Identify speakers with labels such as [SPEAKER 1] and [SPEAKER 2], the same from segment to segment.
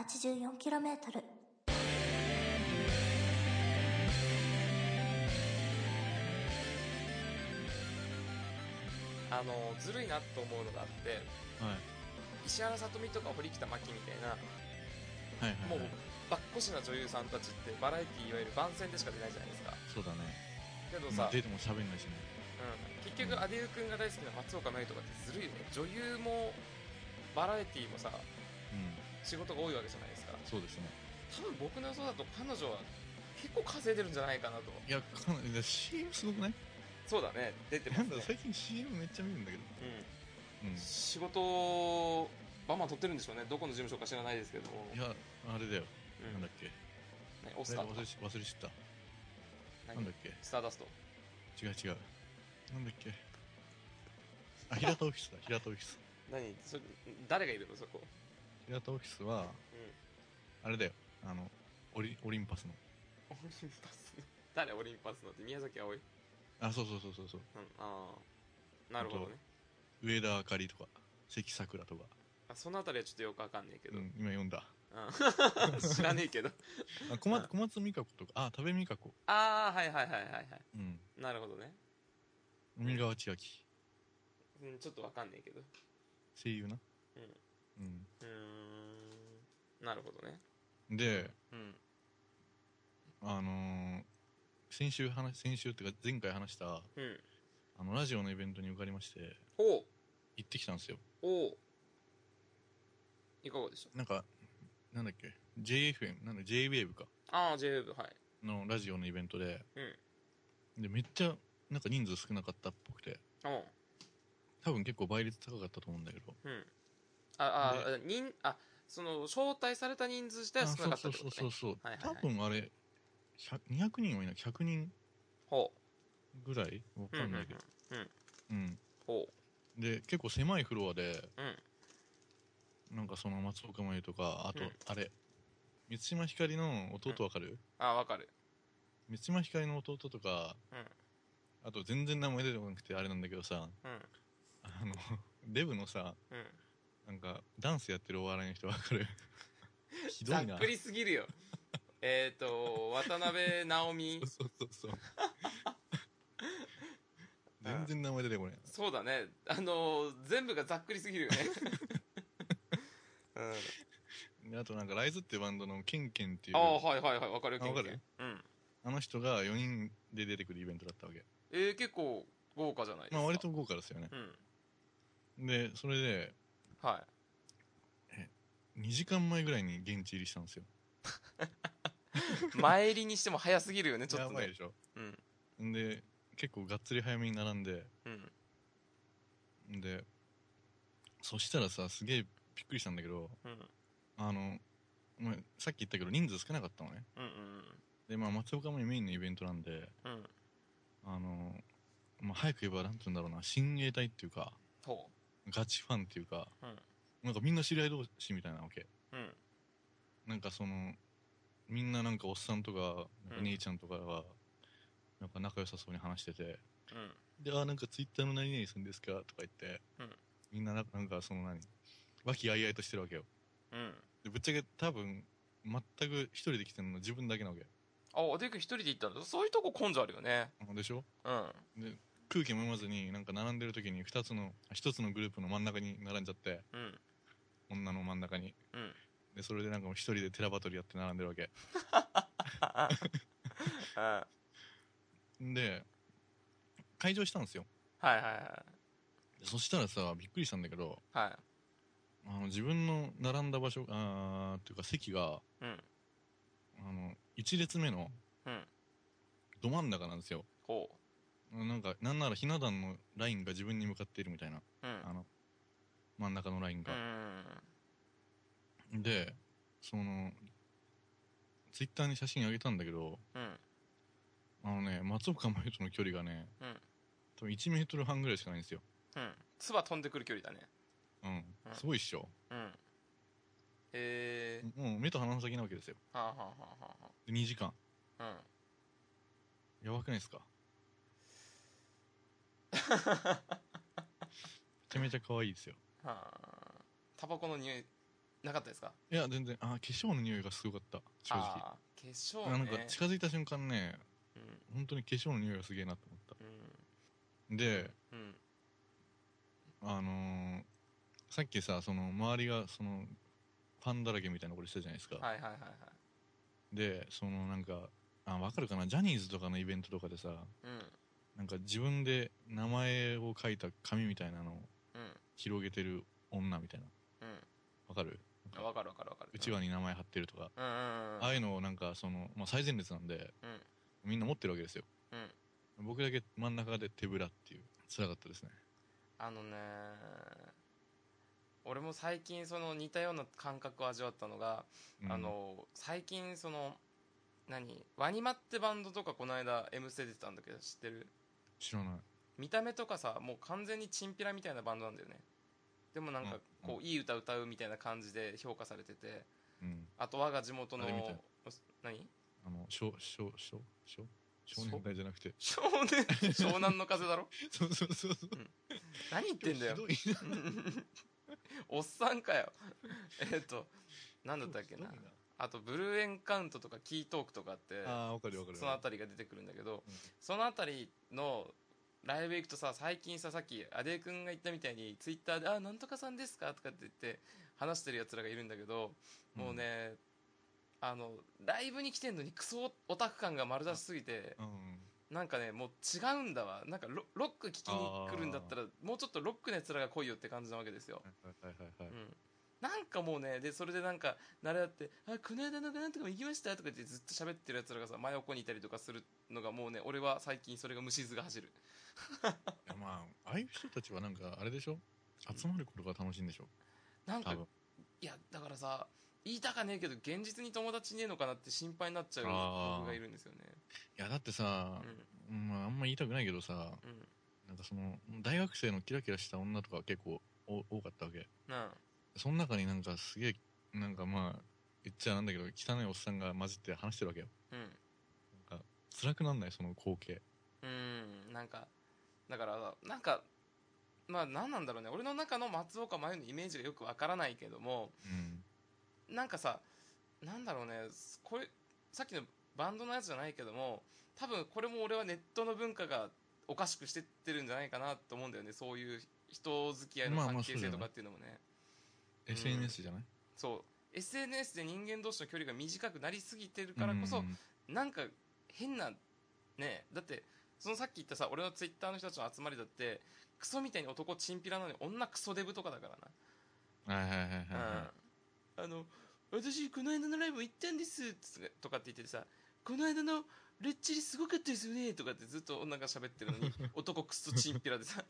[SPEAKER 1] 84km
[SPEAKER 2] あのずるいなと思うのがあって
[SPEAKER 3] はい
[SPEAKER 2] 石原さとみとか堀北真希みたいな
[SPEAKER 3] はいは
[SPEAKER 2] も
[SPEAKER 3] いは
[SPEAKER 2] う
[SPEAKER 3] い、
[SPEAKER 2] ばっこしな女優さんたちってバラエティーいわゆる番宣でしか出ないじゃないですか
[SPEAKER 3] そうだね
[SPEAKER 2] けど
[SPEAKER 3] ま
[SPEAKER 2] さ
[SPEAKER 3] あ、出ても喋んないしね
[SPEAKER 2] うん、結局アデュー君が大好きな松岡茉優とかってずるいよね女優もバラエティーもさ
[SPEAKER 3] う
[SPEAKER 2] 仕事が多いわけじゃないですか
[SPEAKER 3] んそうですね
[SPEAKER 2] 多分僕の予想だと彼女は結構稼いでるんじゃないかなと
[SPEAKER 3] いやかなり CM すごくない
[SPEAKER 2] そうだね出てま
[SPEAKER 3] なん
[SPEAKER 2] すね
[SPEAKER 3] だろう最近 CM めっちゃ見るんだけど
[SPEAKER 2] う
[SPEAKER 3] うん
[SPEAKER 2] ん、仕事バンバン取ってるんでしょうねどこの事務所か知らないですけども
[SPEAKER 3] いやあれだよ、
[SPEAKER 2] うん
[SPEAKER 3] なんだっけ
[SPEAKER 2] ねオス
[SPEAKER 3] え
[SPEAKER 2] カーと
[SPEAKER 3] 忘
[SPEAKER 2] か
[SPEAKER 3] れし忘れ知った
[SPEAKER 2] 何
[SPEAKER 3] なんだっけ
[SPEAKER 2] スターダスト
[SPEAKER 3] 違う違うなんだっけあ平田オフィスだ平田オフィス
[SPEAKER 2] 何それ誰がいるのそこ、
[SPEAKER 3] 平田オフィス
[SPEAKER 2] う
[SPEAKER 3] は
[SPEAKER 2] ん、
[SPEAKER 3] あれだよあのオリオリンパスの
[SPEAKER 2] オリンパスの誰オリンパスのって宮崎葵、うん、
[SPEAKER 3] あそうそうそうそうそう
[SPEAKER 2] ああなるほどね
[SPEAKER 3] 上田あかりとか関さくらとか、
[SPEAKER 2] あそのあたりはちょっとよくわかんないけど、
[SPEAKER 3] う
[SPEAKER 2] うん、
[SPEAKER 3] ん、今読んだ
[SPEAKER 2] 知らねえけど
[SPEAKER 3] あ小松小松美香子とかあ多部美香子
[SPEAKER 2] ああはいはいはいはいはい
[SPEAKER 3] うん
[SPEAKER 2] なるほどね、
[SPEAKER 3] 海川千秋
[SPEAKER 2] うん、ちょっとわかんないけど
[SPEAKER 3] 声優な
[SPEAKER 2] うん
[SPEAKER 3] うん
[SPEAKER 2] うーんなるほどね
[SPEAKER 3] で
[SPEAKER 2] うん
[SPEAKER 3] あのー先週話先週っていうか前回話した
[SPEAKER 2] うん
[SPEAKER 3] あのラジオのイベントに受かりまして
[SPEAKER 2] おう
[SPEAKER 3] 行ってきたんですよ
[SPEAKER 2] おういかがでした
[SPEAKER 3] なんかなんだっけ JFM なんだ JWAVE か
[SPEAKER 2] ああ JWAVE はい
[SPEAKER 3] のラジオのイベントで
[SPEAKER 2] うん
[SPEAKER 3] でめっちゃなんか人数少なかったっぽくて
[SPEAKER 2] おう
[SPEAKER 3] 多分結構倍率高かったと思うんだけど
[SPEAKER 2] うんああ人あその招待された人数自体は
[SPEAKER 3] あ
[SPEAKER 2] 少なかった
[SPEAKER 3] そ
[SPEAKER 2] っ
[SPEAKER 3] う
[SPEAKER 2] て
[SPEAKER 3] そう
[SPEAKER 2] こと
[SPEAKER 3] そう
[SPEAKER 2] ね
[SPEAKER 3] そう、
[SPEAKER 2] はいはいは
[SPEAKER 3] 多
[SPEAKER 2] い
[SPEAKER 3] 分あれ100 200人はいない100人
[SPEAKER 2] ほ
[SPEAKER 3] ぐらい
[SPEAKER 2] う
[SPEAKER 3] わ
[SPEAKER 2] うん
[SPEAKER 3] か
[SPEAKER 2] うんんう
[SPEAKER 3] なんいけどうん、
[SPEAKER 2] ほ
[SPEAKER 3] で結構狭いフロアで
[SPEAKER 2] ううん
[SPEAKER 3] なんかその松岡茉優とかあと、
[SPEAKER 2] うん
[SPEAKER 3] あれ満島ひかりの弟わかる、
[SPEAKER 2] ああわかる
[SPEAKER 3] 満島ひかりの弟とか
[SPEAKER 2] うん
[SPEAKER 3] あと全然名前出てこなくてあれなんだけどさ
[SPEAKER 2] うん
[SPEAKER 3] あの デブのさ
[SPEAKER 2] うん
[SPEAKER 3] なんかダンスやってるお笑いの人わ かるひど
[SPEAKER 2] ざ
[SPEAKER 3] い
[SPEAKER 2] っ
[SPEAKER 3] な
[SPEAKER 2] くりすぎる よえっと渡辺直美
[SPEAKER 3] そうそうそうそう全然名前出てこない
[SPEAKER 2] そうだねあのー全部がざっくりすぎるよ ねうん
[SPEAKER 3] であとなんかライズってバンドのケンケンっていう
[SPEAKER 2] ああ
[SPEAKER 3] あ
[SPEAKER 2] はいはいはいわかるよ
[SPEAKER 3] あ
[SPEAKER 2] ケンケン
[SPEAKER 3] わかる
[SPEAKER 2] うん
[SPEAKER 3] の人が4人で出てくるイベントだったわけ
[SPEAKER 2] えー、結構豪華じゃないですか
[SPEAKER 3] まあ割と豪華ですよね
[SPEAKER 2] うん
[SPEAKER 3] でそれで
[SPEAKER 2] はい
[SPEAKER 3] 2時間前ぐらいに現地入りしたんですよ
[SPEAKER 2] 前入りにしても早すぎるよねちょっ
[SPEAKER 3] や
[SPEAKER 2] と
[SPEAKER 3] ばい
[SPEAKER 2] ね
[SPEAKER 3] でしょ
[SPEAKER 2] うん
[SPEAKER 3] で結構がっつり早めに並んで
[SPEAKER 2] うん
[SPEAKER 3] でそしたらさすげえびっくりしたんだけど
[SPEAKER 2] うん
[SPEAKER 3] あの、まあ、さっき言ったけど人数少なかったのね
[SPEAKER 2] うんうん
[SPEAKER 3] でまあ松岡もメインのイベントなんで
[SPEAKER 2] うん
[SPEAKER 3] あの、まあ、早く言えばなんて言うんだろうな親衛隊っていうか
[SPEAKER 2] ほ
[SPEAKER 3] ガチファンっていうか
[SPEAKER 2] ううん
[SPEAKER 3] なんかみんな知り合い同士みたいなわけ
[SPEAKER 2] うん
[SPEAKER 3] なんかそのみんななんかおっさんとかなん
[SPEAKER 2] う
[SPEAKER 3] か
[SPEAKER 2] ん
[SPEAKER 3] 姉ちゃんとかがなんか仲良さそうに話してて、
[SPEAKER 2] うん
[SPEAKER 3] であなんかツイッターの何々するんですかとか言って、
[SPEAKER 2] うん
[SPEAKER 3] みんなななんかその何和気あいあいとしてるわけよ
[SPEAKER 2] うん
[SPEAKER 3] でぶっちゃけ多分全く一人で来てるの自分だけなわけ
[SPEAKER 2] あデク一人で行ったんだそういうとこ根性あるよね
[SPEAKER 3] でしょ
[SPEAKER 2] うん
[SPEAKER 3] で空気も読まずになんか並んでる時に二つのあ一つのグループの真ん中に並んじゃって
[SPEAKER 2] うん
[SPEAKER 3] 女の真ん中に
[SPEAKER 2] うん
[SPEAKER 3] でそれでなんかもう一人でテラバトルやって並んでるわけ
[SPEAKER 2] あ
[SPEAKER 3] で会場したんですよ
[SPEAKER 2] はいはいは
[SPEAKER 3] でそしたらさびっくりしたんだけど
[SPEAKER 2] いはい
[SPEAKER 3] あの自分の並んだ場所あーっていうか席が
[SPEAKER 2] うん
[SPEAKER 3] あの1列目の
[SPEAKER 2] うん
[SPEAKER 3] ど真ん中なんですよ
[SPEAKER 2] ほ
[SPEAKER 3] なんかなんならひな壇のラインが自分に向かっているみたいな
[SPEAKER 2] ううん
[SPEAKER 3] あの真ん中のライン
[SPEAKER 2] う
[SPEAKER 3] が、
[SPEAKER 2] ん
[SPEAKER 3] でそのツイッターに写真あげたんだけど
[SPEAKER 2] うん
[SPEAKER 3] あのね松岡茉優との距離がね
[SPEAKER 2] うん
[SPEAKER 3] 多分1メートル半ぐらいしかないんですよ
[SPEAKER 2] うん唾飛んでくる距離だね
[SPEAKER 3] うん
[SPEAKER 2] うん
[SPEAKER 3] すごいっしょ
[SPEAKER 2] うんえー
[SPEAKER 3] もう目と鼻の先なわけですよ
[SPEAKER 2] はあはあはあは
[SPEAKER 3] で2時間
[SPEAKER 2] あはあ
[SPEAKER 3] やばくないですかめちゃめちゃ可愛いですよ
[SPEAKER 2] うんはあタバコの匂いなかったですか
[SPEAKER 3] いや、全然、あー化粧の匂いがすごかった、正直。
[SPEAKER 2] あー化粧
[SPEAKER 3] な
[SPEAKER 2] ね
[SPEAKER 3] んか近づいた瞬間ね、
[SPEAKER 2] う
[SPEAKER 3] 本当に化粧の匂いがすげえなと思
[SPEAKER 2] ん
[SPEAKER 3] った。で、
[SPEAKER 2] うんうん
[SPEAKER 3] あのーさっきさ、その周りがそのパンだらけみたいなことしたじゃないですか。
[SPEAKER 2] はいはいはいはい
[SPEAKER 3] で、そのなんか、あ、わかるかなジャニーズとかのイベントとかでさ、
[SPEAKER 2] うん
[SPEAKER 3] なんか自分で名前を書いた紙みたいなのを
[SPEAKER 2] う
[SPEAKER 3] 広げてる女みたいな。
[SPEAKER 2] ん
[SPEAKER 3] わかる
[SPEAKER 2] うんわかるわかるわかる
[SPEAKER 3] うちわに名前貼ってるとか。
[SPEAKER 2] うんうんうん
[SPEAKER 3] ああいうのをなんかその、まあ、最前列なんで、
[SPEAKER 2] うん
[SPEAKER 3] みんな持ってるわけですよ。
[SPEAKER 2] うん
[SPEAKER 3] 僕だけ真ん中で手ぶらっていう。辛かったですね。
[SPEAKER 2] あのね俺も最近その似たような感覚を味わったのが、
[SPEAKER 3] うん
[SPEAKER 2] あ、の最近その何ワニマってバンドとかこの間「M ステ」出てたんだけど知ってる
[SPEAKER 3] 知らない。
[SPEAKER 2] 見た目とかさもう完全にチンピラみたいなバンドなんだよねでもなんか
[SPEAKER 3] うん
[SPEAKER 2] こういい歌歌うみたいな感じで評価されてて
[SPEAKER 3] うん。
[SPEAKER 2] あと我が地元の
[SPEAKER 3] あれみたい
[SPEAKER 2] 何
[SPEAKER 3] あの、しょ、しょ、しょ、しょ少年隊じゃなくて。
[SPEAKER 2] 少年湘南の風だ ろ
[SPEAKER 3] そうそうそうそう。
[SPEAKER 2] 何言ってんだよ
[SPEAKER 3] 今日ひどいな。
[SPEAKER 2] おっさんかよえっと何だったっけな
[SPEAKER 3] 今日ひどい
[SPEAKER 2] あとブルーエンカウントとかキートークとかあって
[SPEAKER 3] ああ、わかるわかる。
[SPEAKER 2] そのあたりが出てくるんだけど、
[SPEAKER 3] うん
[SPEAKER 2] そのあたりのライブ行くとさ最近ささっきアデイ君が言ったみたいにツイッターで「あなんとかさんですか?」とかって言って話してるやつらがいるんだけどもうね、あのライブに来てんのにクソオタク感が丸出しすぎて
[SPEAKER 3] うん。
[SPEAKER 2] なんかねもう違うんだわなんかロロック聴きに来るんだったらもうちょっとロックのやつらが来いよって感じなわけですよ。
[SPEAKER 3] はいはいはいはい。
[SPEAKER 2] うんなんかもうねでそれでなんか慣れ合って「あこの間のなんとかも行きました」とか言ってずっと喋ってるやつらがさ真横にいたりとかするのがもうね俺は最近それが虫図が走る
[SPEAKER 3] いやまあ、ああいう人たちはなんか、あれでしょ集まることが楽しいんでしょ
[SPEAKER 2] なん
[SPEAKER 3] 多
[SPEAKER 2] か
[SPEAKER 3] 分。
[SPEAKER 2] いやだからさ言いたかねえけど現実に友達いねえのかなって心配になっちゃう
[SPEAKER 3] あー
[SPEAKER 2] 僕がいるんですよね
[SPEAKER 3] いや、だって
[SPEAKER 2] う
[SPEAKER 3] さ、
[SPEAKER 2] ん
[SPEAKER 3] まあ、あんま言いたくないけどさ、
[SPEAKER 2] うん
[SPEAKER 3] なんかその、大学生のキラキラした女とか結構お多かったわけ。
[SPEAKER 2] なあ
[SPEAKER 3] その中になんかすげえ、なんかまあ、言っちゃなんだけど、汚いおっさんが混じって話してるわけよ。
[SPEAKER 2] うん
[SPEAKER 3] なんか、辛くなんないその光景。
[SPEAKER 2] うんなんかだからさなんかまあ何なんだろうね俺の中の松岡真優のイメージがよくわからないけども
[SPEAKER 3] うん。
[SPEAKER 2] なんかさなんだろうねこれさっきのバンドのやつじゃないけども多分これも俺はネットの文化がおかしくしてってるんじゃないかなと思うんだよねそういう人付き合いの
[SPEAKER 3] まあま
[SPEAKER 2] 関
[SPEAKER 3] あ
[SPEAKER 2] 係性とかっていうのもね、
[SPEAKER 3] SNS じゃない
[SPEAKER 2] そう SNS で人間同士の距離が短くなりすぎてるからこそ、
[SPEAKER 3] うん
[SPEAKER 2] なんか変なねだってそのさっき言ったさ俺のツイッターの人たちの集まりだってクソみたいに男チンピラなのに女クソデブとかだからな
[SPEAKER 3] はいはいはいはいは
[SPEAKER 2] あの私この間のライブ行ったんですつってとかって言ってさこの間のレッチリすごかったですよねとかってずっと女が喋ってるの に男クソチンピラでさ
[SPEAKER 3] い。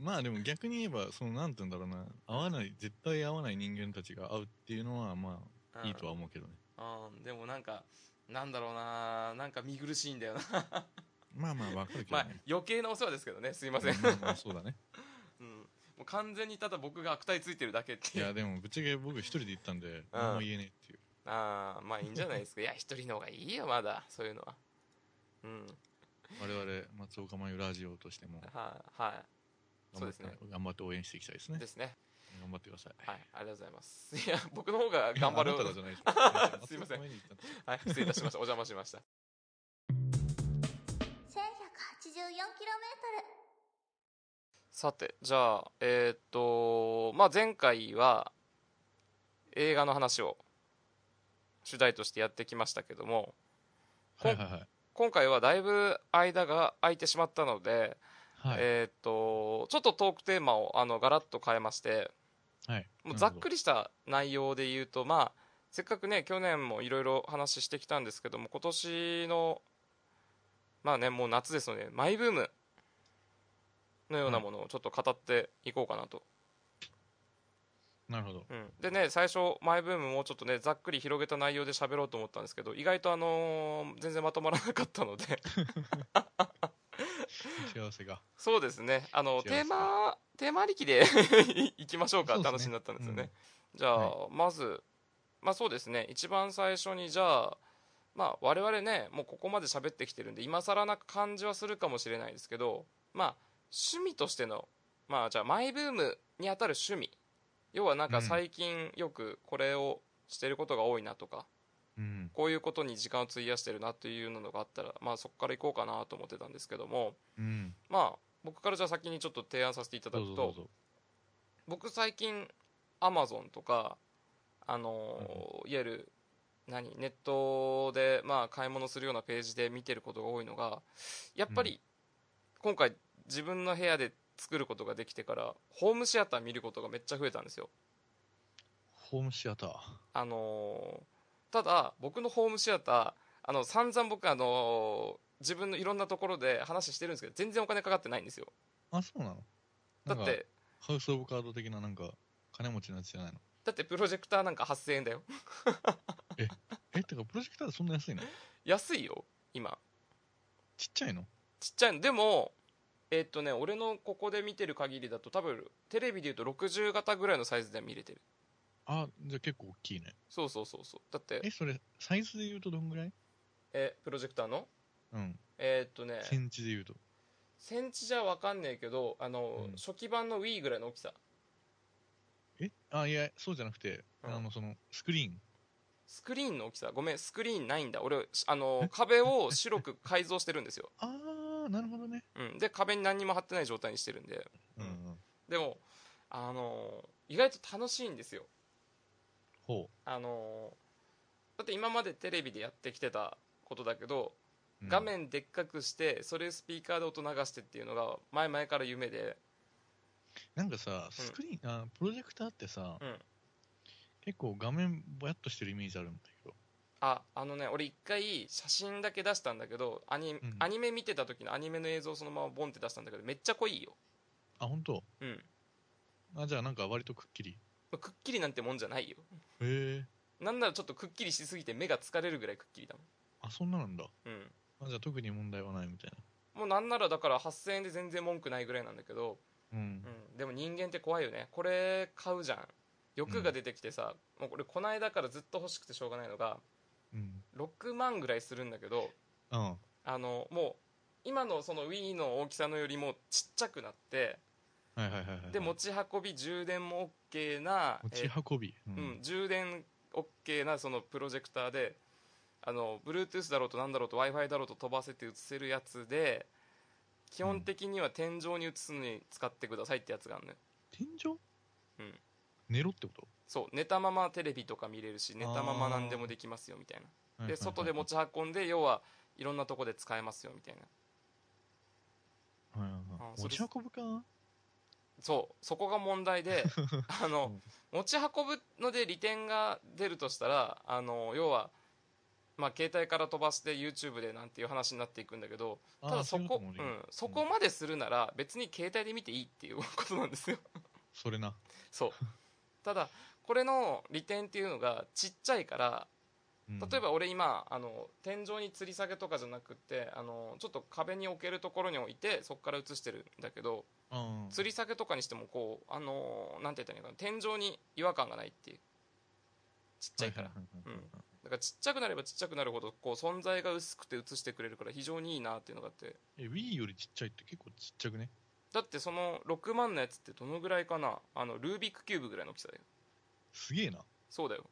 [SPEAKER 3] まあでも逆に言えば、その、なんて言うんだろうな、合わない、絶対合わない人間たちが会うっていうのは、まあ、 いいとは思うけどね。
[SPEAKER 2] うんうんでもなんかなんだろうななんか見苦しいんだよ な
[SPEAKER 3] まあまあわかるけど
[SPEAKER 2] まあ
[SPEAKER 3] ね。
[SPEAKER 2] 余計なお世話ですけどねすいません、
[SPEAKER 3] まあまあそ うだね。
[SPEAKER 2] うん、もう完全にただ僕が悪態ついてるだけって
[SPEAKER 3] い
[SPEAKER 2] いう
[SPEAKER 3] や、でもぶっちゃけ僕一人で行ったんで、何も言えねえっていう。
[SPEAKER 2] ああまあいいんじゃないですかいや一人の方がいいよまだそういうのはうん
[SPEAKER 3] 我々、松岡真優ラジオとしても、
[SPEAKER 2] はいはい、そうですね
[SPEAKER 3] 頑張って応援していきたいですね
[SPEAKER 2] で。すね
[SPEAKER 3] 頑張ってください。
[SPEAKER 2] はいありがとうございますいや僕の方が頑張る
[SPEAKER 3] あなたがじゃないですか
[SPEAKER 2] すいません
[SPEAKER 3] 松岡真優に行っただ
[SPEAKER 2] はい、失礼いたしました。お邪魔しました。
[SPEAKER 1] 1184km
[SPEAKER 2] さて、じゃあ、えーっと、まあ、前回は、映画の話を主題としてやってきましたけども、
[SPEAKER 3] はいはいはい。
[SPEAKER 2] 今回はだいぶ間が空いてしまったので、
[SPEAKER 3] はい。
[SPEAKER 2] えーっと、ちょっとトークテーマをあのガラッと変えまして、
[SPEAKER 3] はい。
[SPEAKER 2] もうざっく
[SPEAKER 3] り。
[SPEAKER 2] りした内容で言うと、まあ、せっかくね、去年もいろいろ話してきたんですけども、今年の、まあね、もう夏ですので、マイブームのようなものをちょっと語っていこうかなと。
[SPEAKER 3] なるほど。
[SPEAKER 2] うん、でね、最初、マイブームもうちょっとね、ざっくり広げた内容で喋ろうと思ったんですけど、意外とあのー全然まとまらなかったの で、
[SPEAKER 3] 幸せが。
[SPEAKER 2] そうですね、あの、
[SPEAKER 3] 違いますね
[SPEAKER 2] テーマ、テーマありきで いきましょうかって
[SPEAKER 3] そうです
[SPEAKER 2] 話
[SPEAKER 3] ね
[SPEAKER 2] になったんですよね。
[SPEAKER 3] うん
[SPEAKER 2] じゃあ、
[SPEAKER 3] は
[SPEAKER 2] まず、まあそうですね、一番最初に、じゃあ、まあ我々ね、もうここまで喋ってきてるんで、今更な感じはするかもしれないですけど、まあ、趣味としての、まあじゃあ、マイブームにあたる趣味要はなん
[SPEAKER 3] う
[SPEAKER 2] か
[SPEAKER 3] ん
[SPEAKER 2] 最近よくこれをしてることが多いなとか、
[SPEAKER 3] うん。
[SPEAKER 2] こういうことに時間を費やしてるなっていうのがあったら、まあ、そこから行こうかなと思ってたんですけども、
[SPEAKER 3] うん。
[SPEAKER 2] まあ、僕からじゃあ先にちょっと提案させていただ
[SPEAKER 3] ど
[SPEAKER 2] く
[SPEAKER 3] う
[SPEAKER 2] と
[SPEAKER 3] ぞどうぞ。
[SPEAKER 2] 僕最近アマゾンとか、あのーいわゆる何ネットで、まあ、買い物するようなページで見てることが多いのがやっぱり今回自分の部屋で作ることができてからホームシアター見ることがめっちゃ増えたんですよ。
[SPEAKER 3] ホームシアター。
[SPEAKER 2] あのーただ僕のホームシアターあの散々僕あのー自分のいろんなところで話してるんですけど全然お金かかってないんですよ
[SPEAKER 3] あ、そうなの
[SPEAKER 2] だ
[SPEAKER 3] な
[SPEAKER 2] っ
[SPEAKER 3] んか
[SPEAKER 2] て
[SPEAKER 3] ハウス・オブ・カード的ななんか、金持ちのやつじゃないの。
[SPEAKER 2] だってプロジェクターなんか8000円だよ
[SPEAKER 3] え、てか、プロジェクターでそんな安いの
[SPEAKER 2] 安いよ今
[SPEAKER 3] ちっちゃいの
[SPEAKER 2] ちっちゃいのでもえっとね俺のここで見てる限りだと多分テレビでいうと60型ぐらいのサイズで見れてる
[SPEAKER 3] あ、じゃあ結構大きいね。
[SPEAKER 2] そうそうそうそうだって
[SPEAKER 3] え、それ、サイズで言うとどんぐらい
[SPEAKER 2] えプロジェクターの
[SPEAKER 3] うん。
[SPEAKER 2] えっとね
[SPEAKER 3] センチで言うと。
[SPEAKER 2] センチじゃ分かんねえけどあの、
[SPEAKER 3] うん
[SPEAKER 2] 初期版の Wii ぐらいの大きさ
[SPEAKER 3] えあ、いや、そうじゃなくて、
[SPEAKER 2] うん
[SPEAKER 3] あの、その、スクリーン。
[SPEAKER 2] スクリーンの大きさごめんスクリーンないんだ俺しあの 壁を白く改造してるんですよ、
[SPEAKER 3] あー、なるほどね。
[SPEAKER 2] うん、で壁に何にも貼ってない状態にしてるんで
[SPEAKER 3] うん。
[SPEAKER 2] う
[SPEAKER 3] うん、
[SPEAKER 2] でもあの意外と楽しいんですよ
[SPEAKER 3] ほ
[SPEAKER 2] あのだって今までテレビでやってきてたことだけど
[SPEAKER 3] う。うん
[SPEAKER 2] 画。面でっかくしてそれをスピーカーで音流してっていうのが前々から夢で
[SPEAKER 3] なんかさ、スクリーン、あ、プロジェクターってさ、
[SPEAKER 2] うん
[SPEAKER 3] 結構画面ぼやっとしてるイメージあるんだけど。
[SPEAKER 2] ああのね俺一回写真だけ出したんだけどアニ,、
[SPEAKER 3] ん
[SPEAKER 2] アニメ見てた時のアニメの映像をそのままボンって出したんだけどめっちゃ濃いよ
[SPEAKER 3] あ、本当。
[SPEAKER 2] うん
[SPEAKER 3] あ、じゃあなんか割とくっきり。
[SPEAKER 2] くっきりなんてもんじゃないよ
[SPEAKER 3] へえ。
[SPEAKER 2] なんならちょっとくっきりしすぎて目が疲れるぐらいくっきりだ
[SPEAKER 3] あ、そんななんだ。
[SPEAKER 2] もんうん
[SPEAKER 3] あ、じゃあ特に問題はないみたい
[SPEAKER 2] もうなんならだから8000円で全然文句ないぐらいなんだけど、
[SPEAKER 3] な。うん
[SPEAKER 2] う。ん、でも人間って怖いよねこれ買うじゃん欲が出てきてさ、もうこれこないだからずっと欲しくてしょうがないのが
[SPEAKER 3] うん。
[SPEAKER 2] 6万ぐらいするんだけど
[SPEAKER 3] うん。
[SPEAKER 2] あのもう今のその Wii の大きさのよりもちっちゃくなって
[SPEAKER 3] はいはいはいはい。
[SPEAKER 2] で持、ち運び充電も OK な
[SPEAKER 3] 持ち運び。う
[SPEAKER 2] えーうん、充電 OK なそのプロジェクターであの Bluetooth だろうとなんだろうと w i f i だろうと飛ばせて映せるやつで基本的には天井に映すのに使ってくださいってやつがあるのよ
[SPEAKER 3] 天井
[SPEAKER 2] うん。
[SPEAKER 3] 寝ろってこと
[SPEAKER 2] そう寝たままテレビとか見れるし寝たまま何でもできますよみたいなで外で持。ち運んで要はいろんなとこで使えますよみたいな
[SPEAKER 3] はいはいはいはいはい
[SPEAKER 2] あそ
[SPEAKER 3] 持
[SPEAKER 2] れ
[SPEAKER 3] ち運ぶか
[SPEAKER 2] そうそこが問題 であの持ち運ぶので利点が出るとしたらあの要は、まあ、携帯から飛ばして YouTube でなんていう話になっていくんだけど
[SPEAKER 3] あ
[SPEAKER 2] ただ
[SPEAKER 3] ー
[SPEAKER 2] そ
[SPEAKER 3] いの
[SPEAKER 2] こ
[SPEAKER 3] かもね
[SPEAKER 2] うん、そこまでするなら別に携帯で見ていいっていうことなん ですよ
[SPEAKER 3] それな。
[SPEAKER 2] そうただこれの利点っていうのがちっちゃいから
[SPEAKER 3] うん
[SPEAKER 2] 例えば、俺今あの天井に吊り下げとかじゃなくってあのちょっと壁に置けるところに置いてそこから映してるんだけど
[SPEAKER 3] うん
[SPEAKER 2] 吊り下げとかにしてもこうあのーなんて言ったらいいのかな天井に違和感がないっていうちっちゃいから、
[SPEAKER 3] はいはいはいはい
[SPEAKER 2] だからちっちゃくなればちっちゃくなるほどこう存在が薄くて映してくれるから非常にいいなっていうのがあって
[SPEAKER 3] え、Wii よりちっちゃいって結構ちっちゃくね。
[SPEAKER 2] だってその6万のやつってどのぐらいかなあのルービックキューブぐらいの大きさだよ
[SPEAKER 3] すげえな。
[SPEAKER 2] そうだよ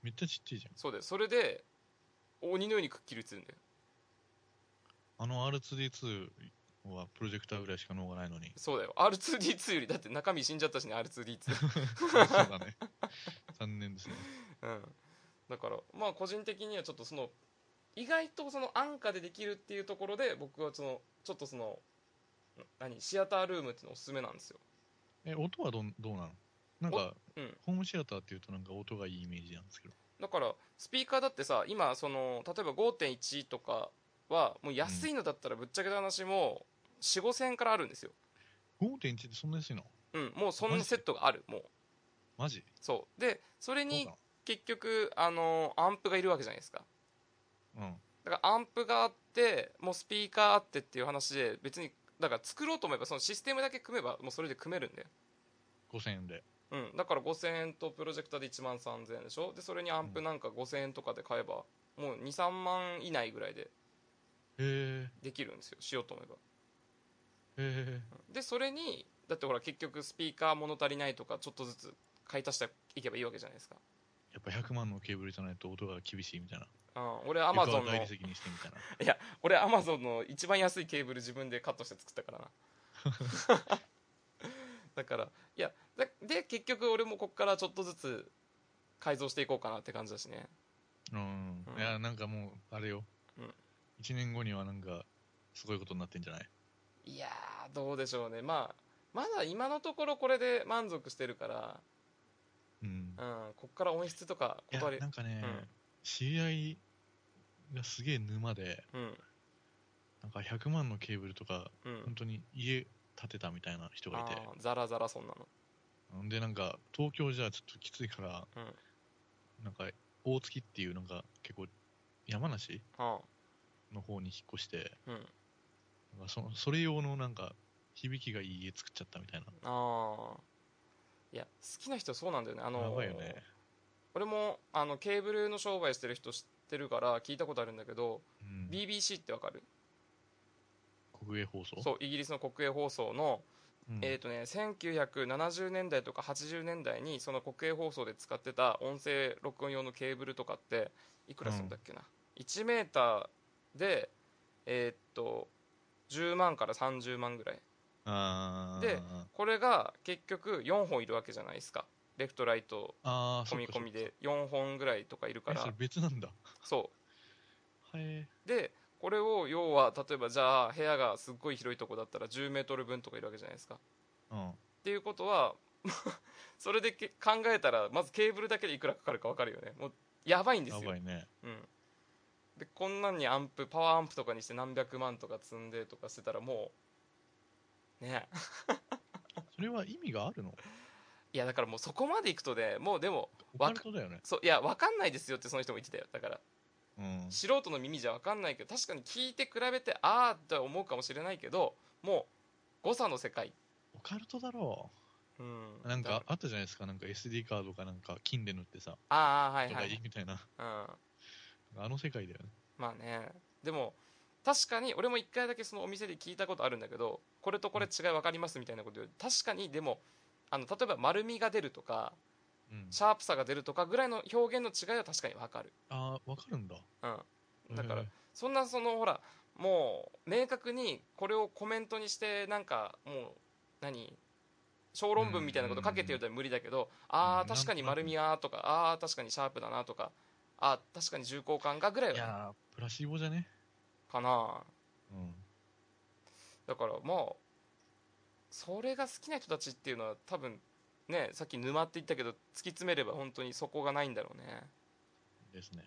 [SPEAKER 3] めっちゃちっちゃいじゃん。
[SPEAKER 2] そうだよそれで鬼のようにくっきり映るんだよ。
[SPEAKER 3] あの R2D2 はプロジェクターぐらいしか脳がないのに
[SPEAKER 2] そうだよ R2D2 よりだって中身死んじゃったしね R2D2
[SPEAKER 3] そうだね。残念ですね。
[SPEAKER 2] うん、だからまあ個人的にはちょっとその意外とその安価でできるっていうところで僕はそのちょっとそのな何シアタールームっていうのおすすめなんですよ
[SPEAKER 3] え、音はどんどうなのなんか、
[SPEAKER 2] おうん
[SPEAKER 3] ホームシアターっていうとなんか音がいいイメージなんですけど。
[SPEAKER 2] だからスピーカーだってさ今その例えば5.1とかはもう安いのだったらぶっちゃけた話も4 5千円からあるんですよ
[SPEAKER 3] 5.1ってそんな安いの
[SPEAKER 2] うんもうそんなセットがあるもう
[SPEAKER 3] マジ
[SPEAKER 2] そうでそれに
[SPEAKER 3] そ
[SPEAKER 2] 結局あのアンプがいるわけじゃないですか
[SPEAKER 3] うなの
[SPEAKER 2] だからアンプがあってもうスピーカーあってっていう話で別にだから作ろうと思えばそのシステムだけ組めばもうそれで組めるんで、
[SPEAKER 3] うん。5000円で。
[SPEAKER 2] うん、だから5000円とプロジェクターで1万3000円でしょでそれにアンプなんか5000円とかで買えばもう23万以内ぐらいで
[SPEAKER 3] へえ。
[SPEAKER 2] できるんですよしようと思えば
[SPEAKER 3] へえ。
[SPEAKER 2] でそれにだってほら結局スピーカー物足りないとかちょっとずつ買い足していけばいいわけじゃないですか、
[SPEAKER 3] やっぱ100万のケーブルじゃないと音が厳しいみたいな。
[SPEAKER 2] うん、俺アマゾンの
[SPEAKER 3] 床は大理石にしてみたいな。
[SPEAKER 2] 俺アマゾンの一番安いケーブル自分でカットして作ったからな だからいやだで結局俺もこっからちょっとずつ改造していこうかなって感じだしね
[SPEAKER 3] うん。
[SPEAKER 2] うん
[SPEAKER 3] いや、なんかもう、あれよ
[SPEAKER 2] うん。
[SPEAKER 3] 1年後にはなんか、すごいことになってんじゃない
[SPEAKER 2] いやーどうでしょうねまあまだ今のところこれで満足してるから、
[SPEAKER 3] うん
[SPEAKER 2] う。ん、こっから音質とか
[SPEAKER 3] いや、
[SPEAKER 2] 断り
[SPEAKER 3] なんかね
[SPEAKER 2] うん、
[SPEAKER 3] 知り合いがすげえ沼で、
[SPEAKER 2] うん
[SPEAKER 3] なんか100万のケーブルとか、
[SPEAKER 2] うん
[SPEAKER 3] 本当に家建てたみたいな人がいて。
[SPEAKER 2] あーザラザラそんなの
[SPEAKER 3] んで、なんか、東京じゃちょっときついから、
[SPEAKER 2] うん
[SPEAKER 3] なんか、大月っていうなんか、結構、山梨
[SPEAKER 2] あ
[SPEAKER 3] の方に引っ越して、
[SPEAKER 2] ーうん
[SPEAKER 3] なんかそそれ用のなんか響きがいい家作っちゃったみたいな
[SPEAKER 2] ああいや好きな人そうなんだよねあの
[SPEAKER 3] やばいよね、
[SPEAKER 2] 俺もあのケーブルの商売してる人知ってるから聞いたことあるんだけど、
[SPEAKER 3] うん、
[SPEAKER 2] BBC ってわかる
[SPEAKER 3] 国営放送
[SPEAKER 2] そうイギリスの国営放送の、
[SPEAKER 3] うん、
[SPEAKER 2] えっ、とね1970年代とか80年代にその国営放送で使ってた音声録音用のケーブルとかっていくらするんだっけな、1メーターでえっ、と10万から30万ぐらい
[SPEAKER 3] あー
[SPEAKER 2] でこれが結局4本いるわけじゃないですかレフトライト
[SPEAKER 3] あー
[SPEAKER 2] 込み込みで4本ぐらいとかいる
[SPEAKER 3] そ
[SPEAKER 2] か
[SPEAKER 3] っかそっ
[SPEAKER 2] ら
[SPEAKER 3] かえそれ別なんだ
[SPEAKER 2] そう
[SPEAKER 3] はい
[SPEAKER 2] でこれを要は例えばじゃあ部屋がすっごい広いとこだったら1 0メートル分とかいるわけじゃないですかっ
[SPEAKER 3] うん
[SPEAKER 2] ていうことは それでけ考えたらまずケーブルだけでいくらかかるか分かるよねもうやばいんです
[SPEAKER 3] や
[SPEAKER 2] よ
[SPEAKER 3] ばいね
[SPEAKER 2] うん、でこんなんにアンプパワーアンプとかにして何百万とか積んでとかしてたらもうねえ
[SPEAKER 3] それは意味があるの
[SPEAKER 2] いやだからもうそこまでいくとねもうでも
[SPEAKER 3] オ
[SPEAKER 2] わ
[SPEAKER 3] カ
[SPEAKER 2] か
[SPEAKER 3] ルトだよね
[SPEAKER 2] そういや分かんないですよってその人も言ってたよだから
[SPEAKER 3] うん
[SPEAKER 2] 素人の耳じゃ分かんないけど確かに聞いて比べてああって思うかもしれないけどもう誤差の世界
[SPEAKER 3] オカルトだろ
[SPEAKER 2] うん
[SPEAKER 3] うなん
[SPEAKER 2] だ
[SPEAKER 3] かあったじゃないですかなんか SD カードかなんか金で塗ってさ
[SPEAKER 2] ああは
[SPEAKER 3] と
[SPEAKER 2] いは
[SPEAKER 3] かいい
[SPEAKER 2] い、
[SPEAKER 3] みたいな
[SPEAKER 2] うん、
[SPEAKER 3] あの世界だよね
[SPEAKER 2] まあねでも確かに俺も一回だけそのお店で聞いたことあるんだけどこれとこれ違い分かりますみたいなこと言う確かにでもあの例えば丸みが出るとか
[SPEAKER 3] うん
[SPEAKER 2] シャープさが出るとかぐらいの表現の違いは確かに分かる、
[SPEAKER 3] ああわかるんだ
[SPEAKER 2] うん、だから
[SPEAKER 3] へー
[SPEAKER 2] そんなそのほらもう明確にこれをコメントにしてなんかもう何小論文みたいなことかけてるとは無理だけど、ああ
[SPEAKER 3] うん
[SPEAKER 2] 確かに丸みはとかああ確かにシャープだなとかああ確かに重厚感がぐらい
[SPEAKER 3] い
[SPEAKER 2] は
[SPEAKER 3] やープラシーボじゃね
[SPEAKER 2] かな
[SPEAKER 3] うん
[SPEAKER 2] だからまあそれが好きな人たちっていうのは多分ねさっき沼って言ったけど突き詰めれば本当に底がないんだろうね
[SPEAKER 3] ですね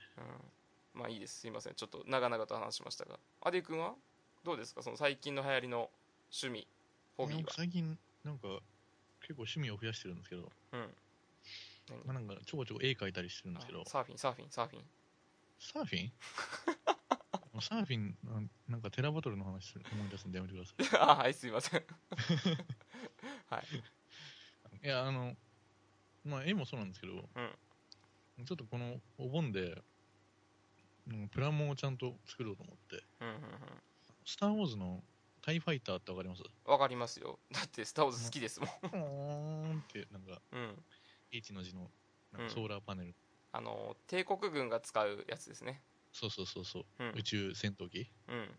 [SPEAKER 2] うんまあいいですすいませんちょっと長々と話しましたがアディ君はどうですかその最近の流行りの趣味ホビー
[SPEAKER 3] なん
[SPEAKER 2] は
[SPEAKER 3] か最近なんか結構趣味を増やしてるんですけど、
[SPEAKER 2] うん
[SPEAKER 3] まあ、なんかちょこちょこ絵描いたりしてるんですけど
[SPEAKER 2] あサーフィンサーフィンサーフィン
[SPEAKER 3] サーフィンサーフィンなんなんかテラバトルの話する思い出すんでやめてくださ
[SPEAKER 2] あはいすいません はい
[SPEAKER 3] いいやあのまあ絵もそうなんですけど、ちょっとこのお盆でうんプラモをちゃんと作ろうと思って
[SPEAKER 2] うんうんうん
[SPEAKER 3] 「スター・ウォーズ」の「タイファイター」ってわかります
[SPEAKER 2] わかりますよだって「スター・ウォーズ」好きですもん、
[SPEAKER 3] ポーンってなんか
[SPEAKER 2] うん、
[SPEAKER 3] H の字のなん
[SPEAKER 2] うん
[SPEAKER 3] かソーラーパネル、
[SPEAKER 2] あの帝国軍が使うやつですね
[SPEAKER 3] そうそうそうそう、
[SPEAKER 2] うん
[SPEAKER 3] 宇宙戦闘機
[SPEAKER 2] うん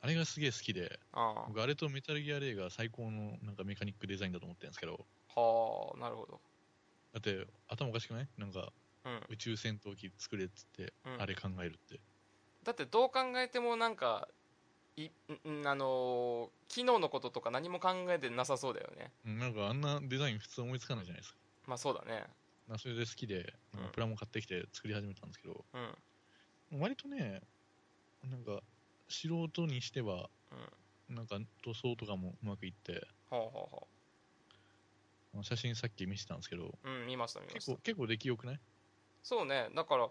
[SPEAKER 3] あれがすげえ好きで
[SPEAKER 2] ああ
[SPEAKER 3] 僕あれとメタルギアレイが最高のなんかメカニックデザインだと思ってるんですけど
[SPEAKER 2] はあなるほど
[SPEAKER 3] だって頭おかしくないなんか
[SPEAKER 2] うん
[SPEAKER 3] 宇宙戦闘機作れっつって、
[SPEAKER 2] うん
[SPEAKER 3] あれ考えるって
[SPEAKER 2] だってどう考えてもなんかいんんあのー機能のこととか何も考えてなさそうだよね
[SPEAKER 3] うんなんかあんなデザイン普通思いつかないじゃないですか
[SPEAKER 2] まあそうだね
[SPEAKER 3] なそれで好きでなんか
[SPEAKER 2] うん
[SPEAKER 3] プラモ買ってきて作り始めたんですけど、
[SPEAKER 2] うん
[SPEAKER 3] 割とねなんか素人にしては
[SPEAKER 2] うん
[SPEAKER 3] なんか塗装とかもうまくいって
[SPEAKER 2] ほうほうほ
[SPEAKER 3] あの写真さっき見せたんですけど
[SPEAKER 2] ううん見ました見まし
[SPEAKER 3] 結構
[SPEAKER 2] た
[SPEAKER 3] 結構出来よくない
[SPEAKER 2] そうねだから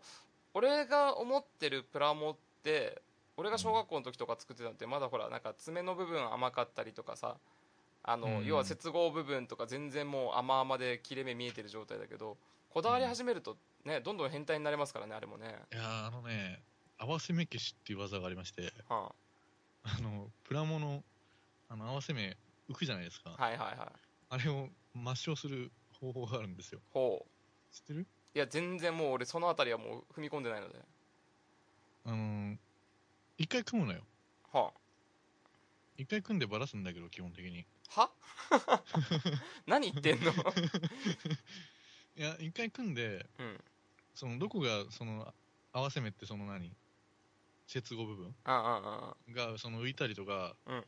[SPEAKER 2] 俺が思ってるプラモって俺が小学校の時とか作ってたのってまだほらなんか爪の部分甘かったりとかさあの、
[SPEAKER 3] うん
[SPEAKER 2] 要は接合部分とか全然もう甘々で切れ目見えてる状態だけどこだわり始めるとねどんどん変態になれますからねあれもね、
[SPEAKER 3] いやーあのね合わせ目消しっていう技がありまして
[SPEAKER 2] は
[SPEAKER 3] あのプラモのあの合わせ目浮くじゃないですか、
[SPEAKER 2] あ、はいはいはい
[SPEAKER 3] あれを抹消する方法があるんですよ。
[SPEAKER 2] ほう
[SPEAKER 3] 知ってる
[SPEAKER 2] いや全然もう俺そのあたりはもう踏み込んでないので
[SPEAKER 3] あのー一回組むのよ。
[SPEAKER 2] は
[SPEAKER 3] 一回組んでばらすんだけど、基本的に。
[SPEAKER 2] あは 何言ってんの
[SPEAKER 3] いや、一回組んで、
[SPEAKER 2] うん
[SPEAKER 3] その、どこが、その、合わせ目ってその何接合部分
[SPEAKER 2] ああ
[SPEAKER 3] が、その浮いたりとか、
[SPEAKER 2] うん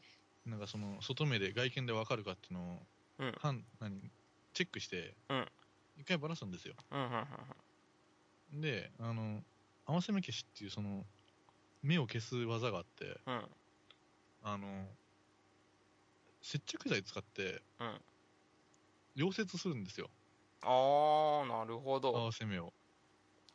[SPEAKER 3] なんかその、外目で、外見でわかるかっていうのを、
[SPEAKER 2] うん
[SPEAKER 3] 判何チェックして、
[SPEAKER 2] うん
[SPEAKER 3] 一回ばらすんですよ。
[SPEAKER 2] あああうんうんうん
[SPEAKER 3] で、あの、合わせ目消しっていう、その、目を消す技があって、
[SPEAKER 2] うんうん
[SPEAKER 3] あの、接着剤使って、
[SPEAKER 2] うん
[SPEAKER 3] 溶接するんですよ、
[SPEAKER 2] ああなるほ
[SPEAKER 3] 合
[SPEAKER 2] ど
[SPEAKER 3] わせ目を。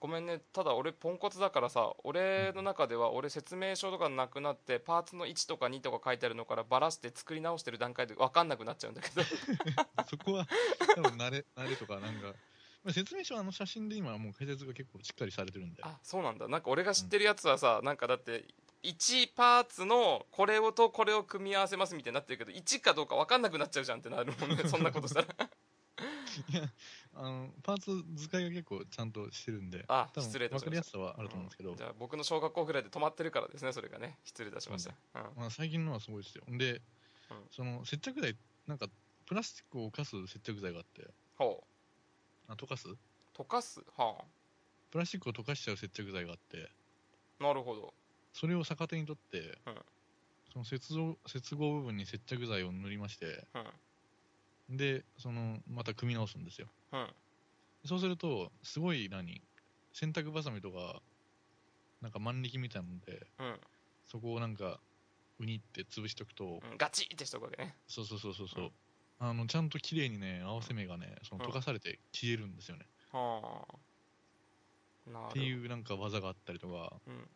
[SPEAKER 2] ごめんねただ俺ポンコツだからさ俺の中では俺説明書とかなくなってパーツの1とか2とか書いてあるのからバラして作り直してる段階で分かんなくなっちゃうんだけど
[SPEAKER 3] そこは、多分慣れ、慣れとか、なんか、まあ、説明書はあの写真で今、もう解説が結構しっかりされてるんで、
[SPEAKER 2] あそうなんだなんか俺が知ってるやつはさなんかだって1パーツのこれをとこれを組み合わせますみたいになってるけど1かどうか分かんなくなっちゃうじゃんってなるもん ねそんなことしたら
[SPEAKER 3] あの、パーツ使いが結構ちゃんとしてるんで、
[SPEAKER 2] あ
[SPEAKER 3] 多分
[SPEAKER 2] 失礼いた
[SPEAKER 3] 分
[SPEAKER 2] し
[SPEAKER 3] か
[SPEAKER 2] ま
[SPEAKER 3] りや
[SPEAKER 2] し
[SPEAKER 3] すさはあると思うんですけど、
[SPEAKER 2] たじゃあ僕の小学校ぐらいで止まってるからですねそれがね失礼いたしました、うん
[SPEAKER 3] まあ、最近のはすごいですよ。で、
[SPEAKER 2] うん
[SPEAKER 3] その接着剤、なんか、プラスチックを溶かす接着剤があって、
[SPEAKER 2] ほ
[SPEAKER 3] あ、溶かす
[SPEAKER 2] う溶かすは
[SPEAKER 3] プラスチックを溶かしちゃう接着剤があって、
[SPEAKER 2] あなるほど
[SPEAKER 3] それを逆手に取って、
[SPEAKER 2] うん
[SPEAKER 3] その接合接合部分に接着剤を塗りまして、
[SPEAKER 2] うん
[SPEAKER 3] で、その、また組み直すんですよ。
[SPEAKER 2] うん
[SPEAKER 3] そうすると、すごい何、洗濯バサミとか、なんか万力みたいなので、
[SPEAKER 2] うん
[SPEAKER 3] そこをなんか、ウニって潰しとくと、
[SPEAKER 2] うんガチってしとくわけね、
[SPEAKER 3] そうそうそうそうそううんあの、ちゃんと綺麗にね、合わせ目がね、その
[SPEAKER 2] うん
[SPEAKER 3] 溶かされて消えるんですよね。
[SPEAKER 2] はあなる
[SPEAKER 3] っていうなんか技があったりとか、
[SPEAKER 2] うん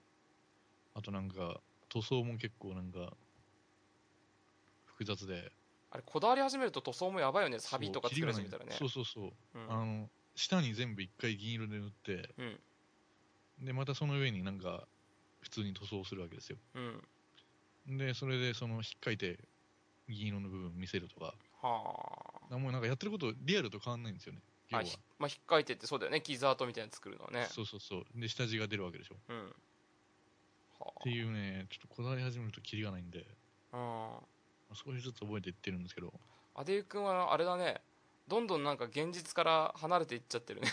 [SPEAKER 3] あとなんか、塗装も結構なんか、複雑で。
[SPEAKER 2] あれこだわり始めると塗装もやばいよねサビとか
[SPEAKER 3] そうキ
[SPEAKER 2] 作
[SPEAKER 3] リ
[SPEAKER 2] り
[SPEAKER 3] が
[SPEAKER 2] 始めたらね
[SPEAKER 3] ないそうそうそう。
[SPEAKER 2] うん
[SPEAKER 3] あの、下に全部一回銀色で塗って、
[SPEAKER 2] うん
[SPEAKER 3] で、またその上になんか、普通に塗装するわけですよ。
[SPEAKER 2] うん
[SPEAKER 3] で、それでその、引っかいて、銀色の部分見せるとか、
[SPEAKER 2] は
[SPEAKER 3] もうなんかやってることリアルと変わんないんですよね。
[SPEAKER 2] あ
[SPEAKER 3] 要
[SPEAKER 2] あ
[SPEAKER 3] は。
[SPEAKER 2] ひまあ引っかいてってそうだよね傷跡みたいなの作るのはね
[SPEAKER 3] そうそうそう。で、下地が出るわけでしょ。
[SPEAKER 2] うんは
[SPEAKER 3] っていうね、ちょっとこだわり始めるとキリがないんで、
[SPEAKER 2] あうん
[SPEAKER 3] 少しずつ覚えていってるんですけど、
[SPEAKER 2] アデュ君はあれだねどんどんなんか現実から離れていっちゃってる ね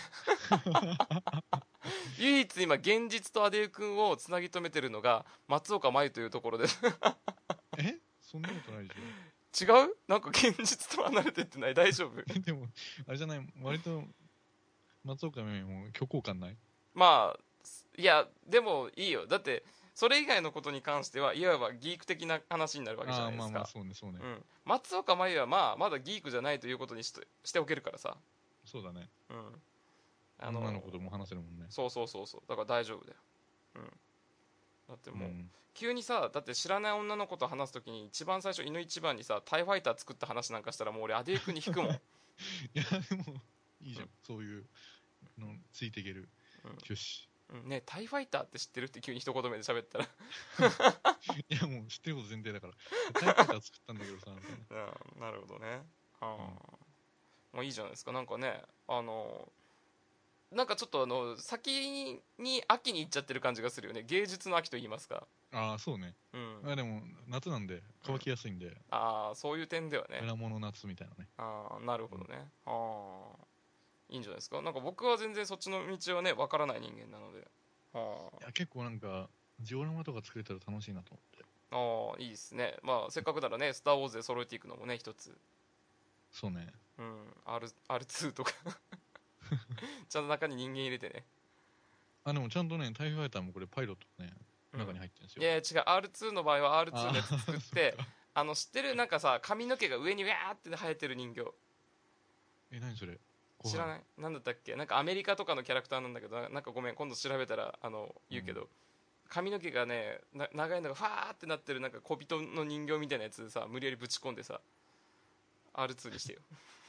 [SPEAKER 2] 唯一今現実とアデュ君をつなぎ止めてるのが松岡真優というところで
[SPEAKER 3] えそんなことないでしょ
[SPEAKER 2] 違うなんか現実と離れてってない大丈夫
[SPEAKER 3] え でも、あれじゃない、割と松岡めも虚構感ない
[SPEAKER 2] まあいやでもいいよだってそれ以外のことに関してはいわばギーク的な話になるわけじゃ
[SPEAKER 3] あ
[SPEAKER 2] な
[SPEAKER 3] あ
[SPEAKER 2] い
[SPEAKER 3] ー、
[SPEAKER 2] です
[SPEAKER 3] まあまあ、
[SPEAKER 2] か
[SPEAKER 3] そうね、そうね。
[SPEAKER 2] うん松岡真優はまあまだギークじゃないということにしとしておけるからさ
[SPEAKER 3] そうだね。
[SPEAKER 2] うん
[SPEAKER 3] あの女の子とも話せるもんね。
[SPEAKER 2] そうそうそうそうだから大丈夫だよ、うん、だってもう、
[SPEAKER 3] ん
[SPEAKER 2] 急にさだって知らない女の子と話す時に一番最初いの一番にさタイファイター作った話なんかしたらもう俺アデイ君に引く もん
[SPEAKER 3] いや、でも、いいじゃん。
[SPEAKER 2] う
[SPEAKER 3] そういうの、ついていける。
[SPEAKER 2] うん
[SPEAKER 3] よし。
[SPEAKER 2] うんねえタイファイターって知ってるって急に一言目で喋 ったら
[SPEAKER 3] いや、もう知ってること前提だから。タイプから作ったんだけどさ、みたいな。
[SPEAKER 2] うんなるほどねはあ、まあいいじゃないですかなんかねあのなんかちょっとあの先に秋に行っちゃってる感じがするよね芸術の秋と言いますか
[SPEAKER 3] ああ、そうね。
[SPEAKER 2] うん
[SPEAKER 3] まあでも、夏なんで、乾きやすいんで、
[SPEAKER 2] ああそういう点ではね
[SPEAKER 3] 裏物夏みたいなね。
[SPEAKER 2] ああなるほどね、ああいいんじゃないですかなんか僕は全然そっちの道はねわからない人間なのであ
[SPEAKER 3] いや、結構なんか、ジオラマとか作れたら楽しいなと思って。
[SPEAKER 2] あああいいですねまあせっかくならね「スター・ウォーズ」で揃えていくのもね一つ
[SPEAKER 3] そうね。
[SPEAKER 2] うん、R、R2 とかちゃんと中に人間入れてね、
[SPEAKER 3] あ、でもちゃんとね、タイファイターもこれパイロットのね、
[SPEAKER 2] うん
[SPEAKER 3] 中に入ってるんです
[SPEAKER 2] い
[SPEAKER 3] よ。
[SPEAKER 2] やいや違う R2 の場合は R2 のやつ
[SPEAKER 3] あー
[SPEAKER 2] 作ってあの知ってるなんかさ髪の毛が上にウャーって生えてる人形
[SPEAKER 3] え、何それ
[SPEAKER 2] 知ら
[SPEAKER 3] い。
[SPEAKER 2] ないなんだったっけなんかアメリカとかのキャラクターなんだけどななんかごめん今度調べたらあの言うけど、髪の毛がねな長いのがファーってなってるなんか小人の人形みたいなやつさ無理やりぶち込んでさ R2 にしてよ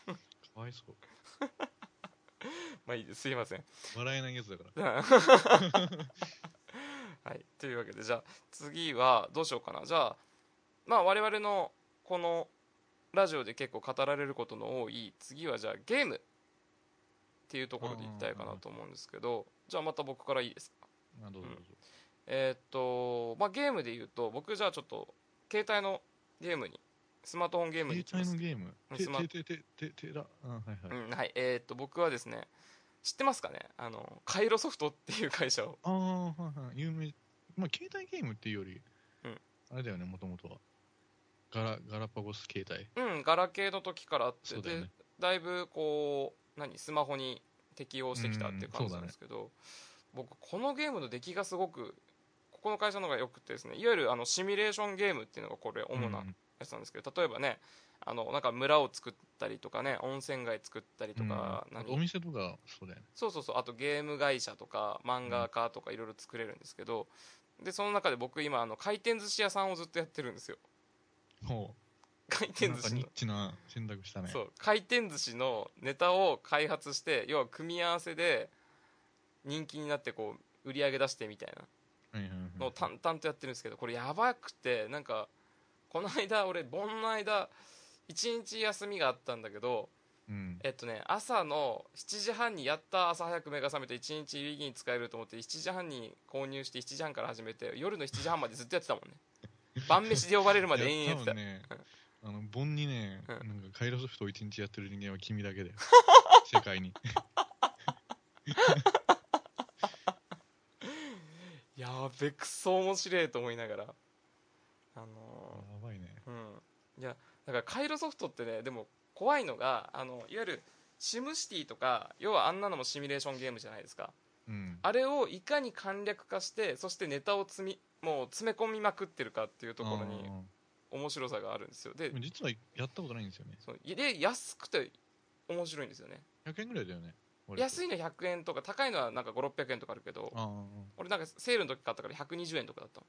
[SPEAKER 3] かわいそう。
[SPEAKER 2] まあいいですすいません
[SPEAKER 3] 笑えないやつ だから。
[SPEAKER 2] はいというわけでじゃあ次はどうしようかなじゃあまあ我々のこのラジオで結構語られることの多い次はじゃあゲームっていうところでいきたいかなと思うんですけどじゃあまた僕からいいですか
[SPEAKER 3] あどうぞどうぞ、
[SPEAKER 2] えーっと、まあ、ゲームで言うと僕じゃあちょっと携帯のゲームにスマートフォンゲームに行きま
[SPEAKER 3] 携
[SPEAKER 2] す
[SPEAKER 3] 帯のゲーム
[SPEAKER 2] うん
[SPEAKER 3] て
[SPEAKER 2] スマ
[SPEAKER 3] てててててらあはいはい、
[SPEAKER 2] うんはいえーっと僕はですね知ってますかねあのカイロソフトっていう会社を
[SPEAKER 3] ああはいはい有名まあ携帯ゲームっていうより、
[SPEAKER 2] うん
[SPEAKER 3] あれだよねもともとはガラガラパゴス携帯
[SPEAKER 2] うんガラケーの時からあって
[SPEAKER 3] そうだよ
[SPEAKER 2] で
[SPEAKER 3] ね
[SPEAKER 2] だいぶこう何スマホに適応してきたっていう感じなんですけど、僕このゲームの出来がすごくここの会社の方が良くてですねいわゆるあのシミュレーションゲームっていうのがこれ主な
[SPEAKER 3] うん
[SPEAKER 2] やつなんですけど、例えばねあのなんか村を作ったりとかね温泉街作ったりとか、
[SPEAKER 3] うん
[SPEAKER 2] 何
[SPEAKER 3] あとお店とかそうだよね
[SPEAKER 2] そうそうそうあとゲーム会社とか漫画家とかいろいろ作れるんですけど、でその中で僕今あの回転寿司屋さんをずっとやってるんですよ
[SPEAKER 3] ほ
[SPEAKER 2] 回
[SPEAKER 3] う
[SPEAKER 2] 転
[SPEAKER 3] な
[SPEAKER 2] 寿
[SPEAKER 3] んか
[SPEAKER 2] 司の
[SPEAKER 3] ニッチな選択したね
[SPEAKER 2] そう回転寿司のネタを開発して要は組み合わせで人気になってこう売り上げ出してみたい
[SPEAKER 3] はいはいはい
[SPEAKER 2] なのを淡々とやってるんですけどこれやばくてなんかこの間俺盆の間1日休みがあったんだけど
[SPEAKER 3] うん
[SPEAKER 2] えっとね朝の7時半にやった朝早く目が覚めて1日有意義に使えると思って7時半に購入して7時半から始めて夜の7時半までずっとやってたもんね晩飯で呼ばれるまで延々やってた
[SPEAKER 3] いや多分ねあの盆にね、
[SPEAKER 2] うん
[SPEAKER 3] なんかカイロソフトを一日やってる人間は君だ けだよ世界に
[SPEAKER 2] やべくそ面白いと思いながらあの
[SPEAKER 3] や
[SPEAKER 2] ー
[SPEAKER 3] ばいね
[SPEAKER 2] うん、いやだからカイロソフトってねでも怖いのがあのいわゆるシムシティとか要はあんなのもシミュレーションゲームじゃないですか
[SPEAKER 3] うん
[SPEAKER 2] あれをいかに簡略化してそしてネタを積みもう詰め込みまくってるかっていうところに
[SPEAKER 3] あ
[SPEAKER 2] 面白さがあるんですよで
[SPEAKER 3] ーでも実はやったことないんですよね
[SPEAKER 2] そうで安くて面白いんですよね
[SPEAKER 3] 100円ぐらいだよねい
[SPEAKER 2] 安いの100円とか高いのはなんか5600円とかあるけど
[SPEAKER 3] ああ
[SPEAKER 2] 俺なんかセールの時買ったから120円とかだったの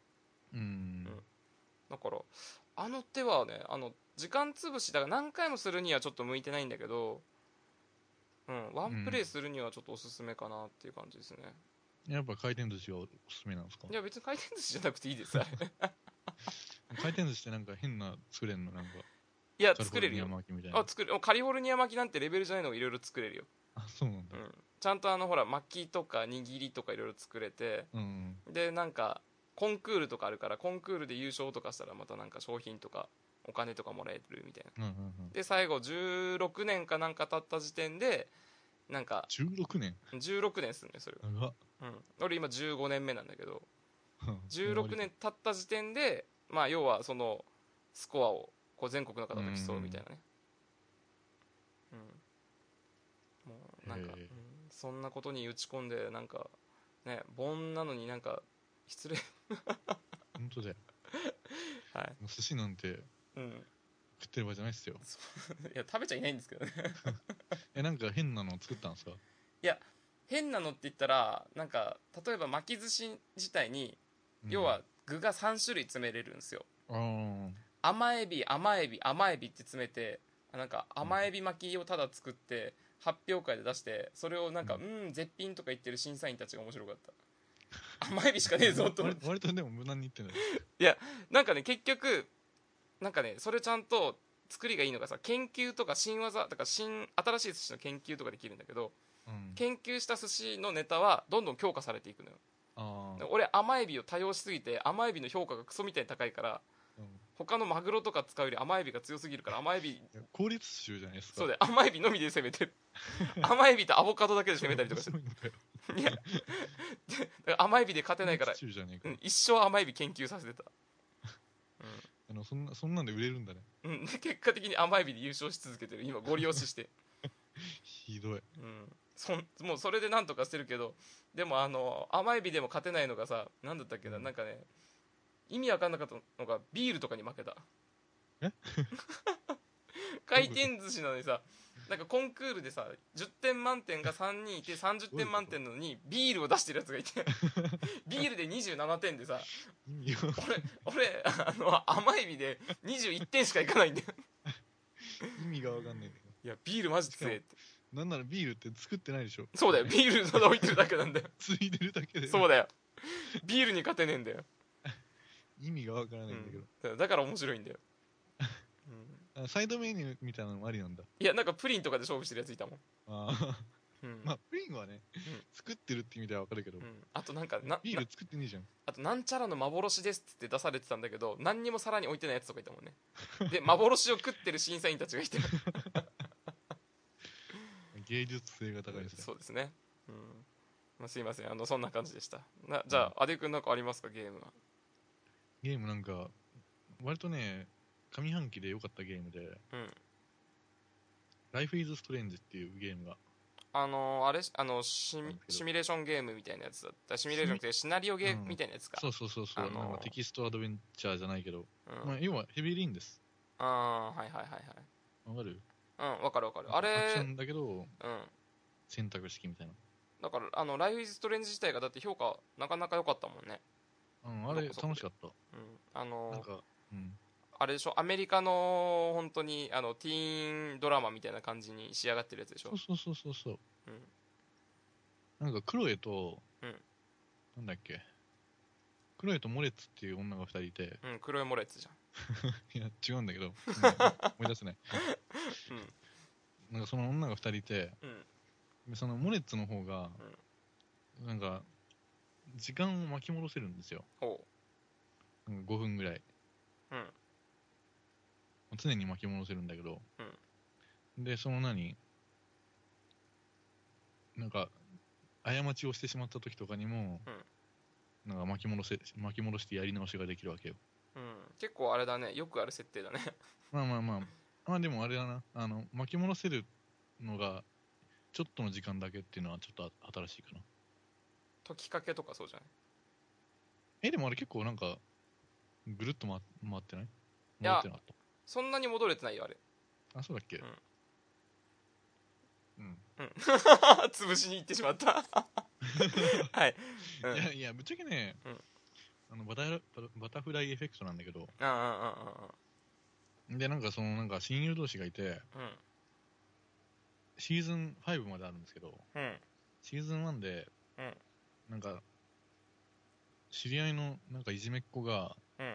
[SPEAKER 3] うん
[SPEAKER 2] だからあの手はねあの時間潰しだから何回もするにはちょっと向いてないんだけどうんワンプレイするにはちょっとおすすめかなっていう感じですね、
[SPEAKER 3] やっぱ回転寿司がおすすめなんですか
[SPEAKER 2] いや別に回転寿司じゃなくていいです い
[SPEAKER 3] 回転寿司ってなんか変な作れんのなんか
[SPEAKER 2] や作れるよ
[SPEAKER 3] カルフォルニア巻きみたいな
[SPEAKER 2] あ作れカリフォルニア巻きなんてレベルじゃないのいろいろ作れるよ、
[SPEAKER 3] あそうなんだ
[SPEAKER 2] うん、ちゃんとあのほら巻きとか握りとかいろいろ作れて
[SPEAKER 3] うん
[SPEAKER 2] でなんかコンクールとかあるからコンクールで優勝とかしたらまたなんか商品とかお金とかもらえるみたいな
[SPEAKER 3] うんうんうん
[SPEAKER 2] で最後16年かなんか経った時点でなんか
[SPEAKER 3] 16年
[SPEAKER 2] 16年っすねそれ
[SPEAKER 3] 長っ
[SPEAKER 2] は、うん、俺今15年目なんだけど
[SPEAKER 3] 終わ
[SPEAKER 2] 16
[SPEAKER 3] り
[SPEAKER 2] 年経った時点でまあ要はそのスコアをこう全国の方と競うみたいなねうんもうなんか、
[SPEAKER 3] へえ
[SPEAKER 2] うんそんなことに打ち込んでなんかね盆なのになんか失礼
[SPEAKER 3] 本当だよ
[SPEAKER 2] はい、
[SPEAKER 3] もう寿司なんて
[SPEAKER 2] うん、
[SPEAKER 3] 食ってる場合じゃないっすよ
[SPEAKER 2] いや食べちゃいないんですけどね
[SPEAKER 3] えなんか変なの作ったんですか
[SPEAKER 2] 変なのって言ったらなんか例えば巻き寿司自体に
[SPEAKER 3] うん
[SPEAKER 2] 要は具が3種類詰めれるんですよ
[SPEAKER 3] あー
[SPEAKER 2] 甘エビ甘エビ甘エビって詰めてなんか甘エビ巻きをただ作って発表会で出してそれをなんか「う、
[SPEAKER 3] うん
[SPEAKER 2] 絶品」とか言ってる審査員たちが面白かった甘エビし かねえぞと思っ
[SPEAKER 3] 割
[SPEAKER 2] て
[SPEAKER 3] 割とでも無難に言ってんだよ
[SPEAKER 2] なんかね結局なんかねそれちゃんと作りがいいのがさ研究とか新技だから新新しい寿司の研究とかできるんだけど
[SPEAKER 3] うん
[SPEAKER 2] 研究した寿司のネタはどんどん強化されていくのよだ
[SPEAKER 3] ああ
[SPEAKER 2] から俺甘エビを多用しすぎて甘エビの評価がクソみたいに高いから他のマグロとか使うより甘エビが強すぎる から甘エビ
[SPEAKER 3] 効率集じゃないですか
[SPEAKER 2] そうだよ甘エビのみで攻め てる甘エビとアボカドだけで攻めたり とかして
[SPEAKER 3] 面白いのかよ
[SPEAKER 2] いやだから甘エビで勝てないから
[SPEAKER 3] 効率、集じゃねえ
[SPEAKER 2] う
[SPEAKER 3] か
[SPEAKER 2] ん、一生甘エビ研究させてた、
[SPEAKER 3] あのそんなそんなんで売れるんだね
[SPEAKER 2] うん、で結果的に甘エビで優勝し続けてる今ゴリ押しして、
[SPEAKER 3] ひどい
[SPEAKER 2] うん、そんもうそれでなんとかしてるけどでもあの甘エビでも勝てないのがさ何だったっけななんかね意味わかんなかったのがビールとかに負けた
[SPEAKER 3] え
[SPEAKER 2] 回転寿司なのにさなんかコンクールでさ10点満点が3人いて30点満点なのにビールを出してるやつがい てビールで27点でさ
[SPEAKER 3] 意味が
[SPEAKER 2] 俺俺あの甘エビで21点しかいかないんだよ
[SPEAKER 3] 意味がわかんないけど
[SPEAKER 2] いやビールマジ強えって
[SPEAKER 3] なんならビールって作ってないでしょ
[SPEAKER 2] そうだよビールただ置いてるだけなんだよ
[SPEAKER 3] ついでるだけで
[SPEAKER 2] そうだよビールに勝てねえんだよ
[SPEAKER 3] 意味がわからないんだけど、
[SPEAKER 2] うんだから面白いんだよ、うん
[SPEAKER 3] あサイドメニューみたいなのもありなんだ。
[SPEAKER 2] いやなんかプリンとかで勝負してるやついたもん、
[SPEAKER 3] ああ。
[SPEAKER 2] うん
[SPEAKER 3] まあ、プリンはね、作ってるって意味ではわかるけど
[SPEAKER 2] う、ん、あとなんかな
[SPEAKER 3] ビー
[SPEAKER 2] な
[SPEAKER 3] ル作ってねえじゃん。
[SPEAKER 2] あとなんちゃらの幻ですって出されてたんだけど何にも皿に置いてないやつとかいたもんねで幻を食ってる審査員たちがいて
[SPEAKER 3] 芸術性が高いですね。
[SPEAKER 2] そうですね、うんまあ、すいませんあのそんな感じでしたなじゃあ阿出君なんかありますかゲームは
[SPEAKER 3] ゲームなんか、割とね、上半期で良かったゲームで、
[SPEAKER 2] うん
[SPEAKER 3] ライフイズストレンジっていうゲームが、
[SPEAKER 2] あのーあれあのシ
[SPEAKER 3] なん
[SPEAKER 2] ミ
[SPEAKER 3] だけど
[SPEAKER 2] シミュレーションゲームみたいなやつだったシミュレーションってシナリオゲームみたいなやつか、
[SPEAKER 3] そうそうそうそう、
[SPEAKER 2] あのー
[SPEAKER 3] なんかテキストアドベンチャーじゃないけど、
[SPEAKER 2] うん
[SPEAKER 3] まあ、要はヘビーリンです。
[SPEAKER 2] あーはいはいはい
[SPEAKER 3] わかる
[SPEAKER 2] はいうんわかるわかるあれ
[SPEAKER 3] アクションだけど、
[SPEAKER 2] うん
[SPEAKER 3] 選択式みたいな。
[SPEAKER 2] だからあの「ライフ・イズ・ストレンジ」自体がだって評価なかなか良かったもんね、
[SPEAKER 3] うん、あれ
[SPEAKER 2] なんかそう
[SPEAKER 3] 楽しかった。
[SPEAKER 2] うん、あ
[SPEAKER 3] なん
[SPEAKER 2] の
[SPEAKER 3] か、うん。
[SPEAKER 2] あれでしょアメリカの本当にあのティーンドラマみたいな感じに仕上がってるやつでしょ
[SPEAKER 3] そうそうそうそうそう。
[SPEAKER 2] うん
[SPEAKER 3] なんかクロエと、
[SPEAKER 2] うん
[SPEAKER 3] なんだっけ。クロエとモレッツっていう女が二人いて、
[SPEAKER 2] うん黒いモレッツじ
[SPEAKER 3] いや、違うんだ けど、うん思い出せない。
[SPEAKER 2] ゃん
[SPEAKER 3] なんかその女が二人いて、
[SPEAKER 2] うんうん
[SPEAKER 3] でそのモレッツの方が、なんか、時間を巻き戻せるんですよ。
[SPEAKER 2] ほ
[SPEAKER 3] なんか5分ぐらい。
[SPEAKER 2] うん
[SPEAKER 3] 常に巻き戻せるんだけど。で、その何なんか、過ちをしてしまった時とかにも、なんか巻き戻せ、巻き戻してやり直しができるわけよ。
[SPEAKER 2] う、うん、結構あれだねよくある設定だね
[SPEAKER 3] まあまあまあ、まあでもあれだな、あの、巻き戻せるのが、ちょっとの時間だけっていうのはちょっと新しいかな。
[SPEAKER 2] 解きかけとかそうじゃない
[SPEAKER 3] え、でもあれ結構なんか、ぐるっと回回ってない
[SPEAKER 2] や
[SPEAKER 3] 回ってなかっ
[SPEAKER 2] そんなに戻れてないよあれ
[SPEAKER 3] た。あ、そうだっけ
[SPEAKER 2] ん
[SPEAKER 3] うん。
[SPEAKER 2] 潰しに行ってしまった はい、 うん、うんうん
[SPEAKER 3] い
[SPEAKER 2] うん
[SPEAKER 3] やいや、ぶっちゃけね、
[SPEAKER 2] うん
[SPEAKER 3] あのバタフラバタフライエフェクトなんだけど、で、なんかその、なんか親友同士がいて、
[SPEAKER 2] うん
[SPEAKER 3] シーズン5まであるんですけど、
[SPEAKER 2] うんうん
[SPEAKER 3] シーズン1で、
[SPEAKER 2] うん
[SPEAKER 3] なんか、知り合いのなんかいじめっ子が、
[SPEAKER 2] うん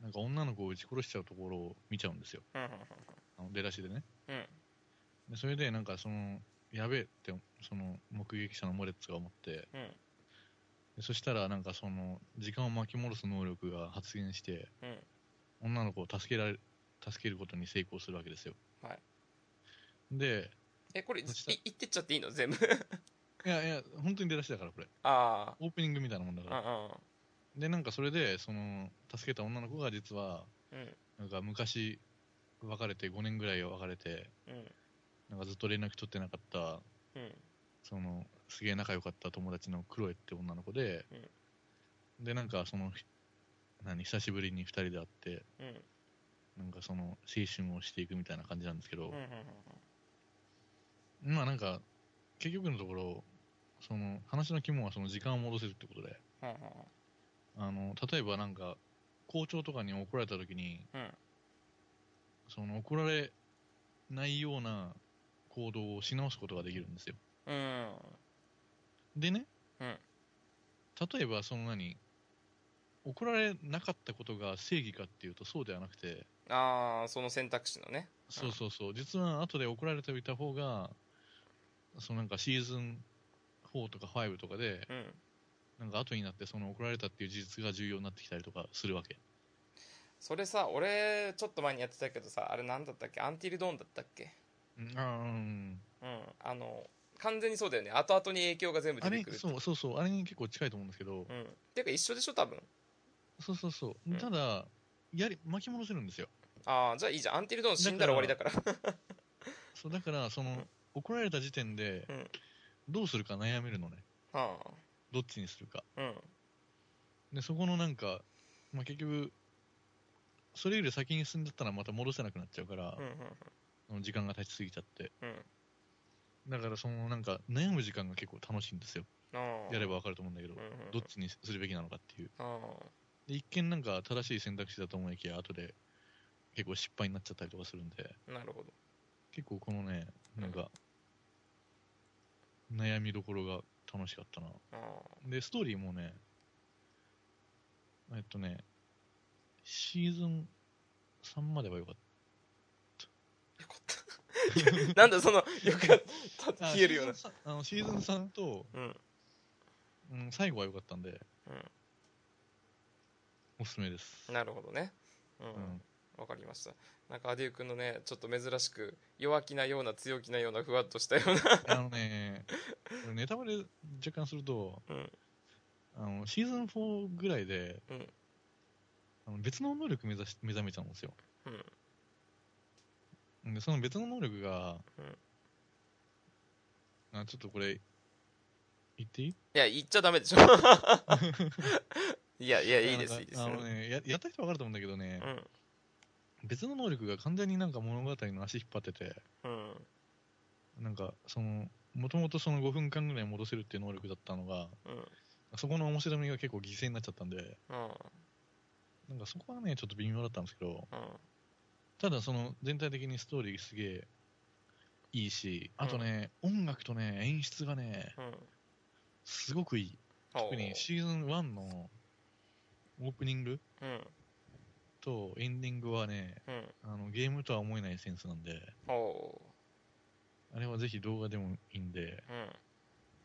[SPEAKER 3] なんか女の子を撃ち殺しちゃうところを見ちゃうんですよ。
[SPEAKER 2] うん
[SPEAKER 3] あの出だしでね。
[SPEAKER 2] うん
[SPEAKER 3] でそれで、なんかその、やべえって、その目撃者のモレッツが思って、
[SPEAKER 2] うん
[SPEAKER 3] でそしたら、なんかその、時間を巻き戻す能力が発現して、
[SPEAKER 2] うん
[SPEAKER 3] 女の子を助けられ助けることに成功するわけですよ。
[SPEAKER 2] はい
[SPEAKER 3] で、
[SPEAKER 2] えこれい
[SPEAKER 3] そしたら
[SPEAKER 2] 言ってっちゃっていいの全部
[SPEAKER 3] いやいや、本当に出だしだから、これ。
[SPEAKER 2] あ
[SPEAKER 3] オープニングみたいなもんだ
[SPEAKER 2] あ
[SPEAKER 3] か
[SPEAKER 2] う
[SPEAKER 3] ら。
[SPEAKER 2] ん
[SPEAKER 3] で、なんかそれで、その、助けた女の子が実は、
[SPEAKER 2] うん
[SPEAKER 3] なんか昔、別れて、5年ぐらい別れて、
[SPEAKER 2] うんうん
[SPEAKER 3] なんかずっと連絡取ってなかった、
[SPEAKER 2] うん
[SPEAKER 3] その、すげえ仲良かった友達のクロエって女の子で、で、なんかその、ひ何、久しぶりに2人で会って、
[SPEAKER 2] うん
[SPEAKER 3] なんかその、青春をしていくみたいな感じなんですけど、
[SPEAKER 2] うんうん
[SPEAKER 3] まあなんか、結局のところ、その話の肝はその時間を戻せるってことで、
[SPEAKER 2] うんうん
[SPEAKER 3] あの例えばなんか、校長とかに怒られた時に、
[SPEAKER 2] うん
[SPEAKER 3] その怒られないような行動をし直すことができるんですよ。
[SPEAKER 2] うん
[SPEAKER 3] でね、
[SPEAKER 2] うん
[SPEAKER 3] 例えばその何、怒られなかったことが正義かっていうとそうではなくて、
[SPEAKER 2] ああその選択肢のね
[SPEAKER 3] そうそうそう、実は後で怒られておいた方が、そのなんかシーズン4とか5とかで、
[SPEAKER 2] うん
[SPEAKER 3] なんか後になってその怒られたっていう事実が重要になってきたりとかするわけ。
[SPEAKER 2] それさ俺ちょっと前にやってたけどさあれなんだったっけアンティルドーンだったっけ
[SPEAKER 3] あうん。
[SPEAKER 2] うんあの完全にそうだよね後々に影響が全部出
[SPEAKER 3] あ
[SPEAKER 2] て
[SPEAKER 3] れ
[SPEAKER 2] くる、
[SPEAKER 3] そうそうそう、あれに結構近いと思うんですけど、
[SPEAKER 2] うん、てか一緒でしょ多分
[SPEAKER 3] そうそうそうう。
[SPEAKER 2] ん
[SPEAKER 3] ただ、やり、巻き戻せるんですよ。
[SPEAKER 2] ああじゃあいいじゃんアンティルドーン死んだら終わりだから
[SPEAKER 3] そう、だから、その
[SPEAKER 2] ん、
[SPEAKER 3] 怒られた時点で
[SPEAKER 2] うん、
[SPEAKER 3] どうするか悩めるのね。
[SPEAKER 2] は
[SPEAKER 3] どっちにするか。
[SPEAKER 2] あうん
[SPEAKER 3] で、そこのなんか、まあ、結局、それより先に進んじゃったらまた戻せなくなっちゃうから
[SPEAKER 2] うん、
[SPEAKER 3] その時間が経ちすぎちゃって。
[SPEAKER 2] うん
[SPEAKER 3] だから、そのなんか、悩む時間が結構楽しいんですよ。
[SPEAKER 2] うん
[SPEAKER 3] やれ
[SPEAKER 2] ば
[SPEAKER 3] ばわかると思うんだけど
[SPEAKER 2] うん、うん
[SPEAKER 3] どっちにするべきなのかっていう。
[SPEAKER 2] うん
[SPEAKER 3] で一見なんか正しい選択肢だと思いきや後で結構失敗になっちゃったりとかするんで
[SPEAKER 2] なるほど
[SPEAKER 3] 結構このねなんか悩みどころが楽しかったな
[SPEAKER 2] あ
[SPEAKER 3] でストーリーもねえっとねシーズン3までは良かっ
[SPEAKER 2] なんだその、よく冷えるような。
[SPEAKER 3] ああのシーズン3と、
[SPEAKER 2] うん。
[SPEAKER 3] うん、最後は良かったんで、
[SPEAKER 2] うん
[SPEAKER 3] おすすめです。
[SPEAKER 2] なるほどね。うん。
[SPEAKER 3] うん
[SPEAKER 2] わかりました。なんか、アデュー君のね、ちょっと珍しく、弱気なような、強気なような、ふわっとしたような。
[SPEAKER 3] あのね、これネタバレ若干すると、
[SPEAKER 2] うん
[SPEAKER 3] あのシーズン4ぐらいで、
[SPEAKER 2] うん
[SPEAKER 3] あの別の能力目指し目覚めちゃうんですよ。
[SPEAKER 2] うん。
[SPEAKER 3] で、その別の能力が、
[SPEAKER 2] うん
[SPEAKER 3] あちょっとこれ、言っていい
[SPEAKER 2] いや、言っちゃダメでしょ。いや、いや、いいです、
[SPEAKER 3] なん
[SPEAKER 2] い
[SPEAKER 3] か
[SPEAKER 2] いです。
[SPEAKER 3] あのねや、やった人分かると思うんだけどね
[SPEAKER 2] う、ん。
[SPEAKER 3] 別の能力が完全になんか物語の足引っ張ってて、
[SPEAKER 2] うん。
[SPEAKER 3] なんか、その、もともとその5分間ぐらい戻せるっていう能力だったのが、
[SPEAKER 2] うん。
[SPEAKER 3] そこの面白みが結構犠牲になっちゃったんで、
[SPEAKER 2] うん。
[SPEAKER 3] なんかそこはね、ちょっと微妙だったんですけど、
[SPEAKER 2] うん。
[SPEAKER 3] ただその全体的にストーリーすげえいいし、あとね、音楽とね、演出がね、
[SPEAKER 2] うん。
[SPEAKER 3] すごくいい。
[SPEAKER 2] お
[SPEAKER 3] 特
[SPEAKER 2] う
[SPEAKER 3] にシーズン1のオープニング
[SPEAKER 2] うん。
[SPEAKER 3] とエンディングはね、
[SPEAKER 2] うん。
[SPEAKER 3] あのゲームとは思えないセンスなんで、
[SPEAKER 2] お
[SPEAKER 3] あれはぜひ動画でもいいんで、
[SPEAKER 2] う。うん。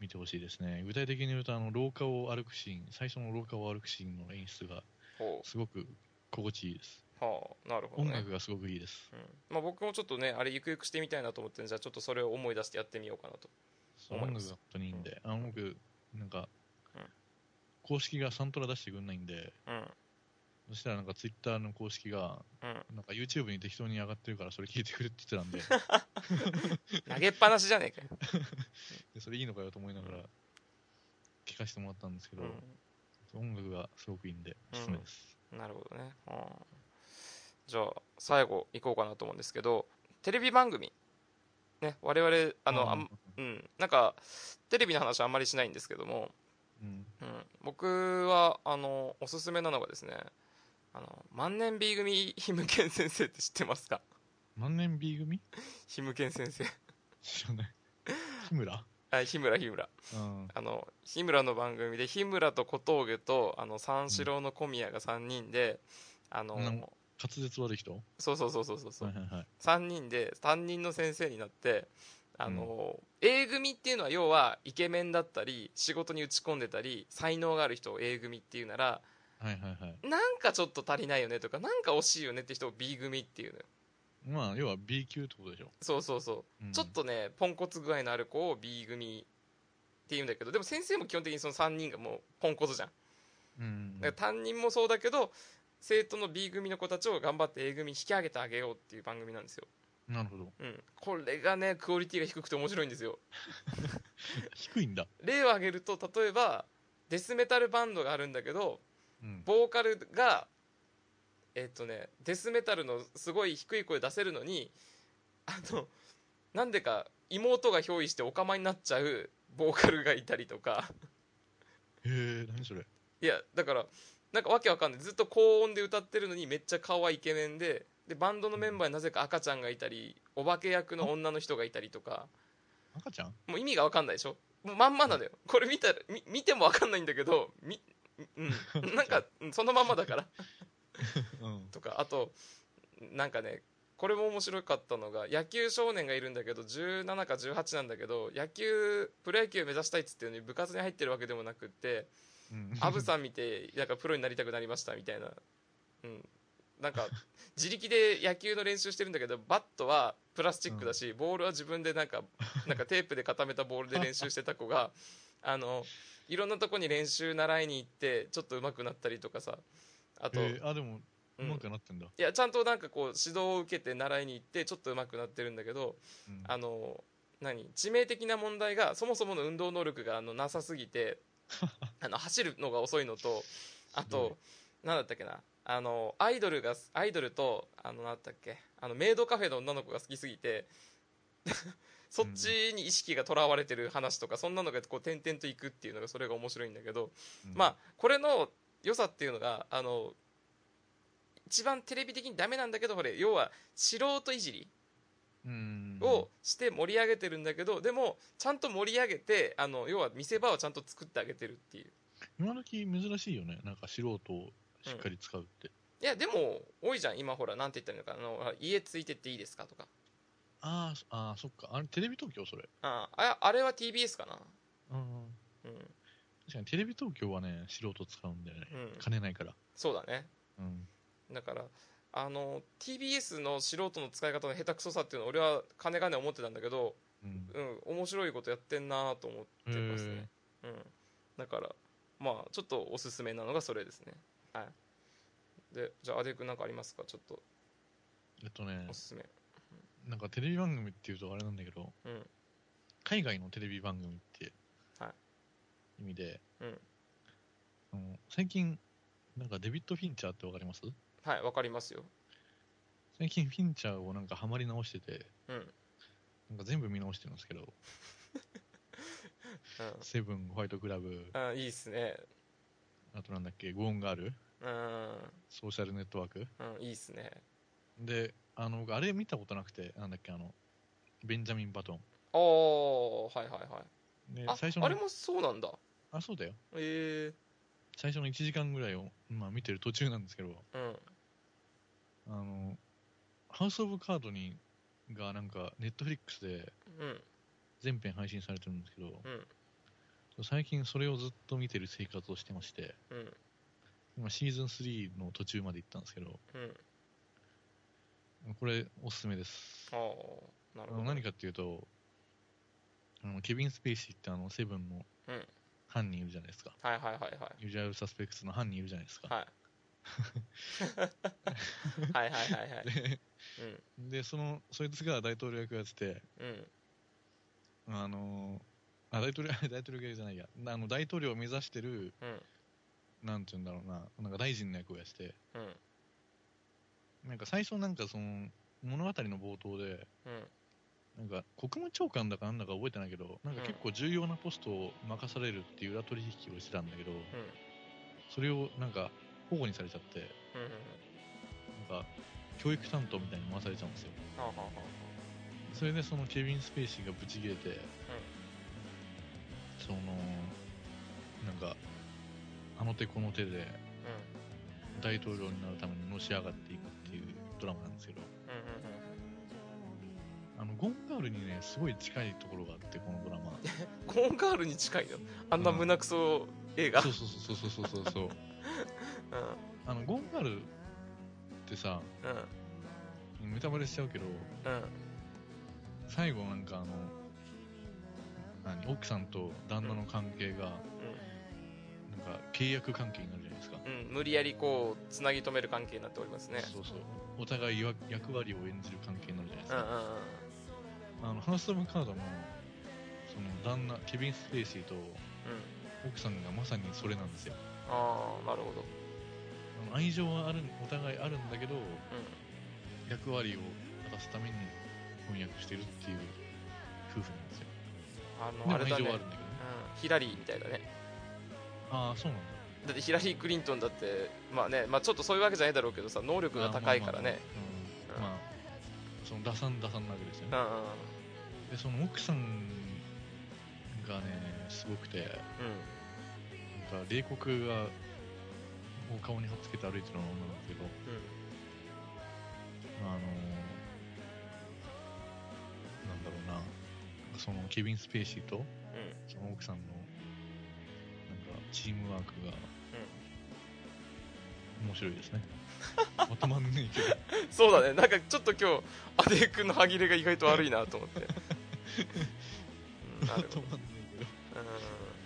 [SPEAKER 3] 見てほしいですね。具体的に言うと、あの、廊下を歩くシーン、最初の廊下を歩くシーンの演出が
[SPEAKER 2] ほ
[SPEAKER 3] すごく心地いいです。
[SPEAKER 2] う。はあ、なるほど
[SPEAKER 3] 音
[SPEAKER 2] ね。
[SPEAKER 3] 楽がすごくいいです。
[SPEAKER 2] うんまあ、僕もちょっとね、あれ、ゆくゆくしてみたいなと思ってるんでじゃあ、ちょっとそれを思い出してやってみようかなと。
[SPEAKER 3] 音
[SPEAKER 2] 思い
[SPEAKER 3] 楽
[SPEAKER 2] ま
[SPEAKER 3] が
[SPEAKER 2] す
[SPEAKER 3] 本当にいいんで、あの僕、なんか、
[SPEAKER 2] うん
[SPEAKER 3] 公式がサントラ出してくんないんで、
[SPEAKER 2] うん。
[SPEAKER 3] そしたらなんかツイッターの公式が、
[SPEAKER 2] うん。
[SPEAKER 3] なんか YouTube に適当に上がってるからそれ聞いてくれって言ってたんで、
[SPEAKER 2] 投げっぱなしじゃねえかよ。
[SPEAKER 3] でそれいいのかよと思いながら
[SPEAKER 2] うん
[SPEAKER 3] 聞かせてもらったんですけど、
[SPEAKER 2] う
[SPEAKER 3] 音楽がすごくいいんで、おすすめです。
[SPEAKER 2] ん。なるほどね。うんじゃあ、最後、行こうかなと思うんですけど、テレビ番組。ね、我々、あの、あん、うん。なんか、テレビの話はあんまりしないんですけども、
[SPEAKER 3] うん、
[SPEAKER 2] うん、僕はあのおすすめなのがですねあの万年 B 組ひむけん先生って知ってますか
[SPEAKER 3] 万年 B 組
[SPEAKER 2] ひむけん先生
[SPEAKER 3] 知 らない。日村
[SPEAKER 2] あ日村日村
[SPEAKER 3] うん。
[SPEAKER 2] あの日村の番組で日村と小峠とあの三四郎の小宮が3人で、あの、
[SPEAKER 3] うん滑舌悪い人は
[SPEAKER 2] そうそうそうそうそうそう、
[SPEAKER 3] いはいはい。
[SPEAKER 2] 3人で担任の先生になってあの、A 組っていうのは要はイケメンだったり仕事に打ち込んでたり才能がある人を A 組っていうなら
[SPEAKER 3] はいはいはい。
[SPEAKER 2] なんかちょっと足りないよねとかなんか惜しいよねって人を B 組っていうのよ
[SPEAKER 3] まあ、要は B 級ってことでしょ。
[SPEAKER 2] そうそうそう、
[SPEAKER 3] うん
[SPEAKER 2] ちょっとねポンコツ具合のある子を B 組っていうんだけどでも先生も基本的にその3人がもうポンコツじゃん、
[SPEAKER 3] うん。
[SPEAKER 2] だから担任もそうだけど生徒の B 組の子たちを頑張って A 組に引き上げてあげようっていう番組なんですよ、
[SPEAKER 3] なるほど。
[SPEAKER 2] うん、これがねクオリティが低くて面白いんですよ
[SPEAKER 3] 低いんだ。
[SPEAKER 2] 例を挙げると例えばデスメタルバンドがあるんだけど
[SPEAKER 3] うん。
[SPEAKER 2] ボーカルがえっとねデスメタルのすごい低い声出せるのにあのなんでか妹が憑依してお構いになっちゃうボーカルがいたりとか
[SPEAKER 3] へえ、何それ。
[SPEAKER 2] いやだからなんかわけわかんないずっと高音で歌ってるのにめっちゃ顔はイケメンででバンドのメンバーになぜか赤ちゃんがいたりお化け役の女の人がいたりとか
[SPEAKER 3] 赤ちゃん
[SPEAKER 2] もう意味がわかんないでしょもうまんまなのよこれ見たらみ見てもわかんないんだけどみうんなんかうんそのまんまだから
[SPEAKER 3] うん。
[SPEAKER 2] とかあとなんかねこれも面白かったのが野球少年がいるんだけど17か18なんだけど野球プロ野球目指したいっつってるのに部活に入ってるわけでもなくって
[SPEAKER 3] うん
[SPEAKER 2] アブさん見てなんかプロになりたくなりましたみたいな、うん、なんか自力で野球の練習してるんだけどバットはプラスチックだし、ボールは自分でなんかなんかテープで固めたボールで練習してた子 があのいろんなとこに練習習いに行ってちょっと上手くなったりとかさあと、
[SPEAKER 3] へえあ、でも、
[SPEAKER 2] う
[SPEAKER 3] うんまくなってんだ。
[SPEAKER 2] いやちゃんとなんかこう指導を受けて習いに行ってちょっと上手くなってるんだけど
[SPEAKER 3] うん
[SPEAKER 2] あの何致命的な問題がそもそもの運動能力があのなさすぎ てあの走るのが遅いのとあと何だったっけなあのアイドルがアイドルとあの何だったっけあのメイドカフェの女の子が好きすぎて そっちに意識がとらわれてる話とかそんなのがこう点々といくっていうのがそれが面白いんだけど
[SPEAKER 3] うん
[SPEAKER 2] まあ、これの良さっていうのがあの一番テレビ的にダメなんだけどこれ要は素人いじり
[SPEAKER 3] うん。
[SPEAKER 2] をして盛り上げてるんだけど、でもちゃんと盛り上げてあの要は見せ場をちゃんと作ってあげてるっていう
[SPEAKER 3] 今時珍しいよね。なんか素人をしっかり使うって。
[SPEAKER 2] いやでも多いじゃん今ほらなんて言ったらいいのかなあの家ついてっていいですかとか
[SPEAKER 3] あーそあー、そっか。あれ、テレビ東京、それ。
[SPEAKER 2] あああれは TBS かな
[SPEAKER 3] うん。
[SPEAKER 2] うん、
[SPEAKER 3] 確かに、テレビ東京はね、素人使うんだよね。
[SPEAKER 2] うん、
[SPEAKER 3] 金ないから。
[SPEAKER 2] そうだね
[SPEAKER 3] うん。
[SPEAKER 2] だからあの TBS の素人の使い方の下手くそさっていうのは俺は金がね思ってたんだけど、
[SPEAKER 3] うん。
[SPEAKER 2] うん、面白いことやってんなと思ってますね、うん、だからまあちょっとおすすめなのがそれですねはいでじゃあアデくんなんかありますかちょっと
[SPEAKER 3] えっとね
[SPEAKER 2] お、すすめ
[SPEAKER 3] なんかテレビ番組っていうとあれなんだけど、
[SPEAKER 2] うん
[SPEAKER 3] 海外のテレビ番組って
[SPEAKER 2] は
[SPEAKER 3] 意味で、
[SPEAKER 2] うん
[SPEAKER 3] あの最近、なんかデビッド・フィンチャーってわかります
[SPEAKER 2] はいわかりますよ
[SPEAKER 3] 最近フィンチャーをなんかハマり直してて、
[SPEAKER 2] うん、うん、
[SPEAKER 3] なんか全部見直してるんですけど、セブン、ホワイトクラブ、
[SPEAKER 2] あいいっすね
[SPEAKER 3] あとなんだっけ、ゴーンガール、
[SPEAKER 2] うん、
[SPEAKER 3] ソーシャルネットワーク。
[SPEAKER 2] うん、いいっすね
[SPEAKER 3] で、あの、僕あれ見たことなくて、なんだっけ、あの、ベンジャミン・バト
[SPEAKER 2] ああはいはいはい
[SPEAKER 3] ン。で
[SPEAKER 2] あ、
[SPEAKER 3] 最初の
[SPEAKER 2] あれもそうなんだ
[SPEAKER 3] あ、そうだよ。
[SPEAKER 2] え
[SPEAKER 3] 最初の1時間ぐらいを、まあ見てる途中なんですけど、
[SPEAKER 2] えうん
[SPEAKER 3] あの、ハウス・オブ・カードにがなんか、ネットフリックスで
[SPEAKER 2] うん
[SPEAKER 3] 全編配信されてるんですけど、
[SPEAKER 2] うん
[SPEAKER 3] 最近それをずっと見てる生活をしてまして、
[SPEAKER 2] うん
[SPEAKER 3] 今シーズン3の途中まで行ったんですけど、
[SPEAKER 2] うん
[SPEAKER 3] これおすすめです。
[SPEAKER 2] ああなる
[SPEAKER 3] あ
[SPEAKER 2] ほど
[SPEAKER 3] の何かっていうと、あのケビン・スペイシーってあの、セブンの
[SPEAKER 2] うん
[SPEAKER 3] 犯人いるじゃないですか。
[SPEAKER 2] はいはいはいはい
[SPEAKER 3] ユージュアル・サスペクツの犯人いるじゃないですか。
[SPEAKER 2] はいはいはいはいはい
[SPEAKER 3] で
[SPEAKER 2] うん
[SPEAKER 3] で、その、そいつが大統領役やってて、
[SPEAKER 2] うん
[SPEAKER 3] あのーあ大統領、 大統領系じゃないや、あの大統領を目指してる、
[SPEAKER 2] うん
[SPEAKER 3] なんて言うんだろうな、なんか大臣の役をやってて、
[SPEAKER 2] うん
[SPEAKER 3] なんか最初なんかその、物語の冒頭で、
[SPEAKER 2] うん
[SPEAKER 3] なんか国務長官だかなんだか覚えてないけど、なんか結構重要なポストを任されるっていう裏取引をしてたんだけど、
[SPEAKER 2] うん
[SPEAKER 3] それをなんか保護にされちゃって、
[SPEAKER 2] うんうん
[SPEAKER 3] なんか教育担当みたいに回されちゃうんですよ。
[SPEAKER 2] はあはあは
[SPEAKER 3] それでそのケビン・スペーシーがブチ切れて、その、なんか、あの手この手で
[SPEAKER 2] あうん
[SPEAKER 3] 大統領になるためにのし上がっていくっていうドラマなんですけど、
[SPEAKER 2] うんうんうん
[SPEAKER 3] あの、ゴンガールにね、すごい近いところがあって、このドラマ。
[SPEAKER 2] コーンガールに近いのあんな胸クソ映画
[SPEAKER 3] そうそうそうそうそうそうそう。
[SPEAKER 2] うん
[SPEAKER 3] あの、ゴンガールってさ、
[SPEAKER 2] うん
[SPEAKER 3] ネタバレしちゃうけど、
[SPEAKER 2] うん
[SPEAKER 3] 最後なんかあの、何、奥さんと旦那の関係が、なんか契約関係になるじゃないですか。
[SPEAKER 2] うんうん無理やりこうつなぎ止める関係になっておりますね
[SPEAKER 3] そうそう。お互い役役割を演じる関係になるじゃないです
[SPEAKER 2] うんうん
[SPEAKER 3] か。あの、ハウス・オブ・カードも、その旦那、ケビン・スペーシーと
[SPEAKER 2] うんうん
[SPEAKER 3] 奥さんがまさにそれなんですよ。
[SPEAKER 2] ああなるほど
[SPEAKER 3] あの愛情はある、お互いあるんだけど、
[SPEAKER 2] うん
[SPEAKER 3] 役割を果たすために翻訳してるっていう夫婦なんですよ。
[SPEAKER 2] あ
[SPEAKER 3] で
[SPEAKER 2] の
[SPEAKER 3] も
[SPEAKER 2] あれだ
[SPEAKER 3] 愛
[SPEAKER 2] ね
[SPEAKER 3] 情はあるんだけどね。
[SPEAKER 2] うんヒラリーみたいだね
[SPEAKER 3] ああ、そうなんだ。
[SPEAKER 2] だってヒラリー・クリントンだってまあね、まあ、ちょっとそういうわけじゃないだろうけどさ能力が高いからね
[SPEAKER 3] まあまあまあ、うんまあその打算打算なわけですよ
[SPEAKER 2] う
[SPEAKER 3] ね
[SPEAKER 2] んうん
[SPEAKER 3] でその奥さんがねすごくてなんか冷酷がお顔に貼っつけて歩いてる女なんですけど
[SPEAKER 2] うん
[SPEAKER 3] あのーなんだろうなそのケビン・スペーシーと
[SPEAKER 2] うんうん
[SPEAKER 3] その奥さんのなんかチームワークが面白いです ねまとまんねえけど
[SPEAKER 2] そうだねなんかちょっと今日アデ君の歯切れが意外と悪いなと思って うんな
[SPEAKER 3] ま
[SPEAKER 2] るほ
[SPEAKER 3] と
[SPEAKER 2] ど
[SPEAKER 3] まんねえけど
[SPEAKER 2] うん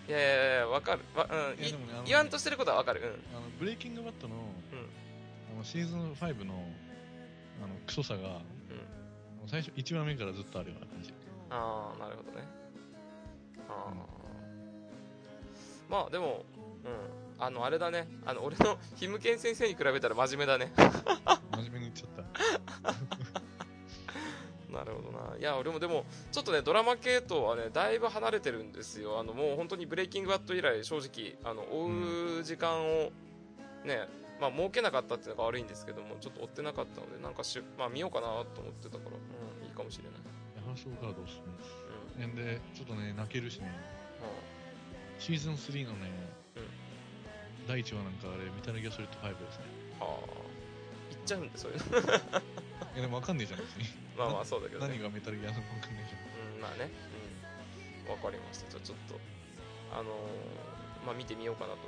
[SPEAKER 2] いやいやいやわかるわ、うん、
[SPEAKER 3] いや
[SPEAKER 2] い
[SPEAKER 3] でもねあの
[SPEAKER 2] 言わんとしてることはわかるうん
[SPEAKER 3] あのブレイキングバットの,、あのシーズン5のあのクソさが、最初1話目からずっとあるような感じ
[SPEAKER 2] ああなるほどねああまあでもうんあのあれだねあの俺のヒムケン先生に比べたら真面目だね
[SPEAKER 3] 真面目に言っちゃった
[SPEAKER 2] なるほどないや俺もでもちょっとねドラマ系とはねだいぶ離れてるんですよあのもう本当に「ブレイキングバット」以来正直あの追う時間をねまあ設けなかったっていうのが悪いんですけどもちょっと追ってなかったのでなんかし、まあ、見ようかなと思ってたから、うん、いいかもしれない、
[SPEAKER 3] ハウス・オブ・カードおすすめ
[SPEAKER 2] う
[SPEAKER 3] です
[SPEAKER 2] ん
[SPEAKER 3] んでちょっとね泣けるしね
[SPEAKER 2] う
[SPEAKER 3] シーズン3のね、
[SPEAKER 2] うん
[SPEAKER 3] 第1話なんかあれメタルギアソリッド5ですね
[SPEAKER 2] んああ行っちゃうんでそういうの
[SPEAKER 3] いやでも分かんねえじゃん別に
[SPEAKER 2] まあまあそうだけどね
[SPEAKER 3] 何がメタルギアなのか分かんないじゃん
[SPEAKER 2] うんまあねうんわかりましたじゃあちょっとあのーまあ見てみようかなと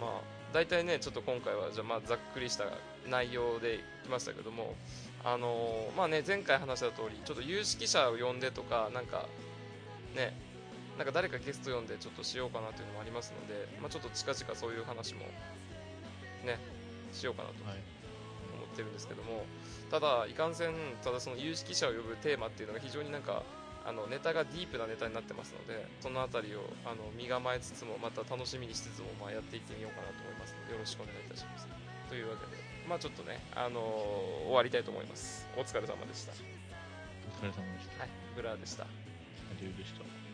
[SPEAKER 2] まあ大体ねちょっと今回はじゃあまあざっくりした内容で来ましたけどもあのーまあね前回話した通りちょっと有識者を呼んでとかなんかねなんか誰かゲスト呼んでちょっとしようかなというのもありますので、まあ、ちょっと近々そういう話もねしようかなと
[SPEAKER 3] はい
[SPEAKER 2] 思ってるんですけどもただいかんせんただその有識者を呼ぶテーマっていうのが非常になんかあのネタがディープなネタになってますのでその辺りをあの身構えつつもまた楽しみにしつつも、まあ、やっていってみようかなと思いますのでよろしくお願いいたしますというわけでまあちょっとね、あのー終わりたいと思いますお疲れ様でした
[SPEAKER 3] お疲れ様でした
[SPEAKER 2] はいブラーでした
[SPEAKER 3] アデューでした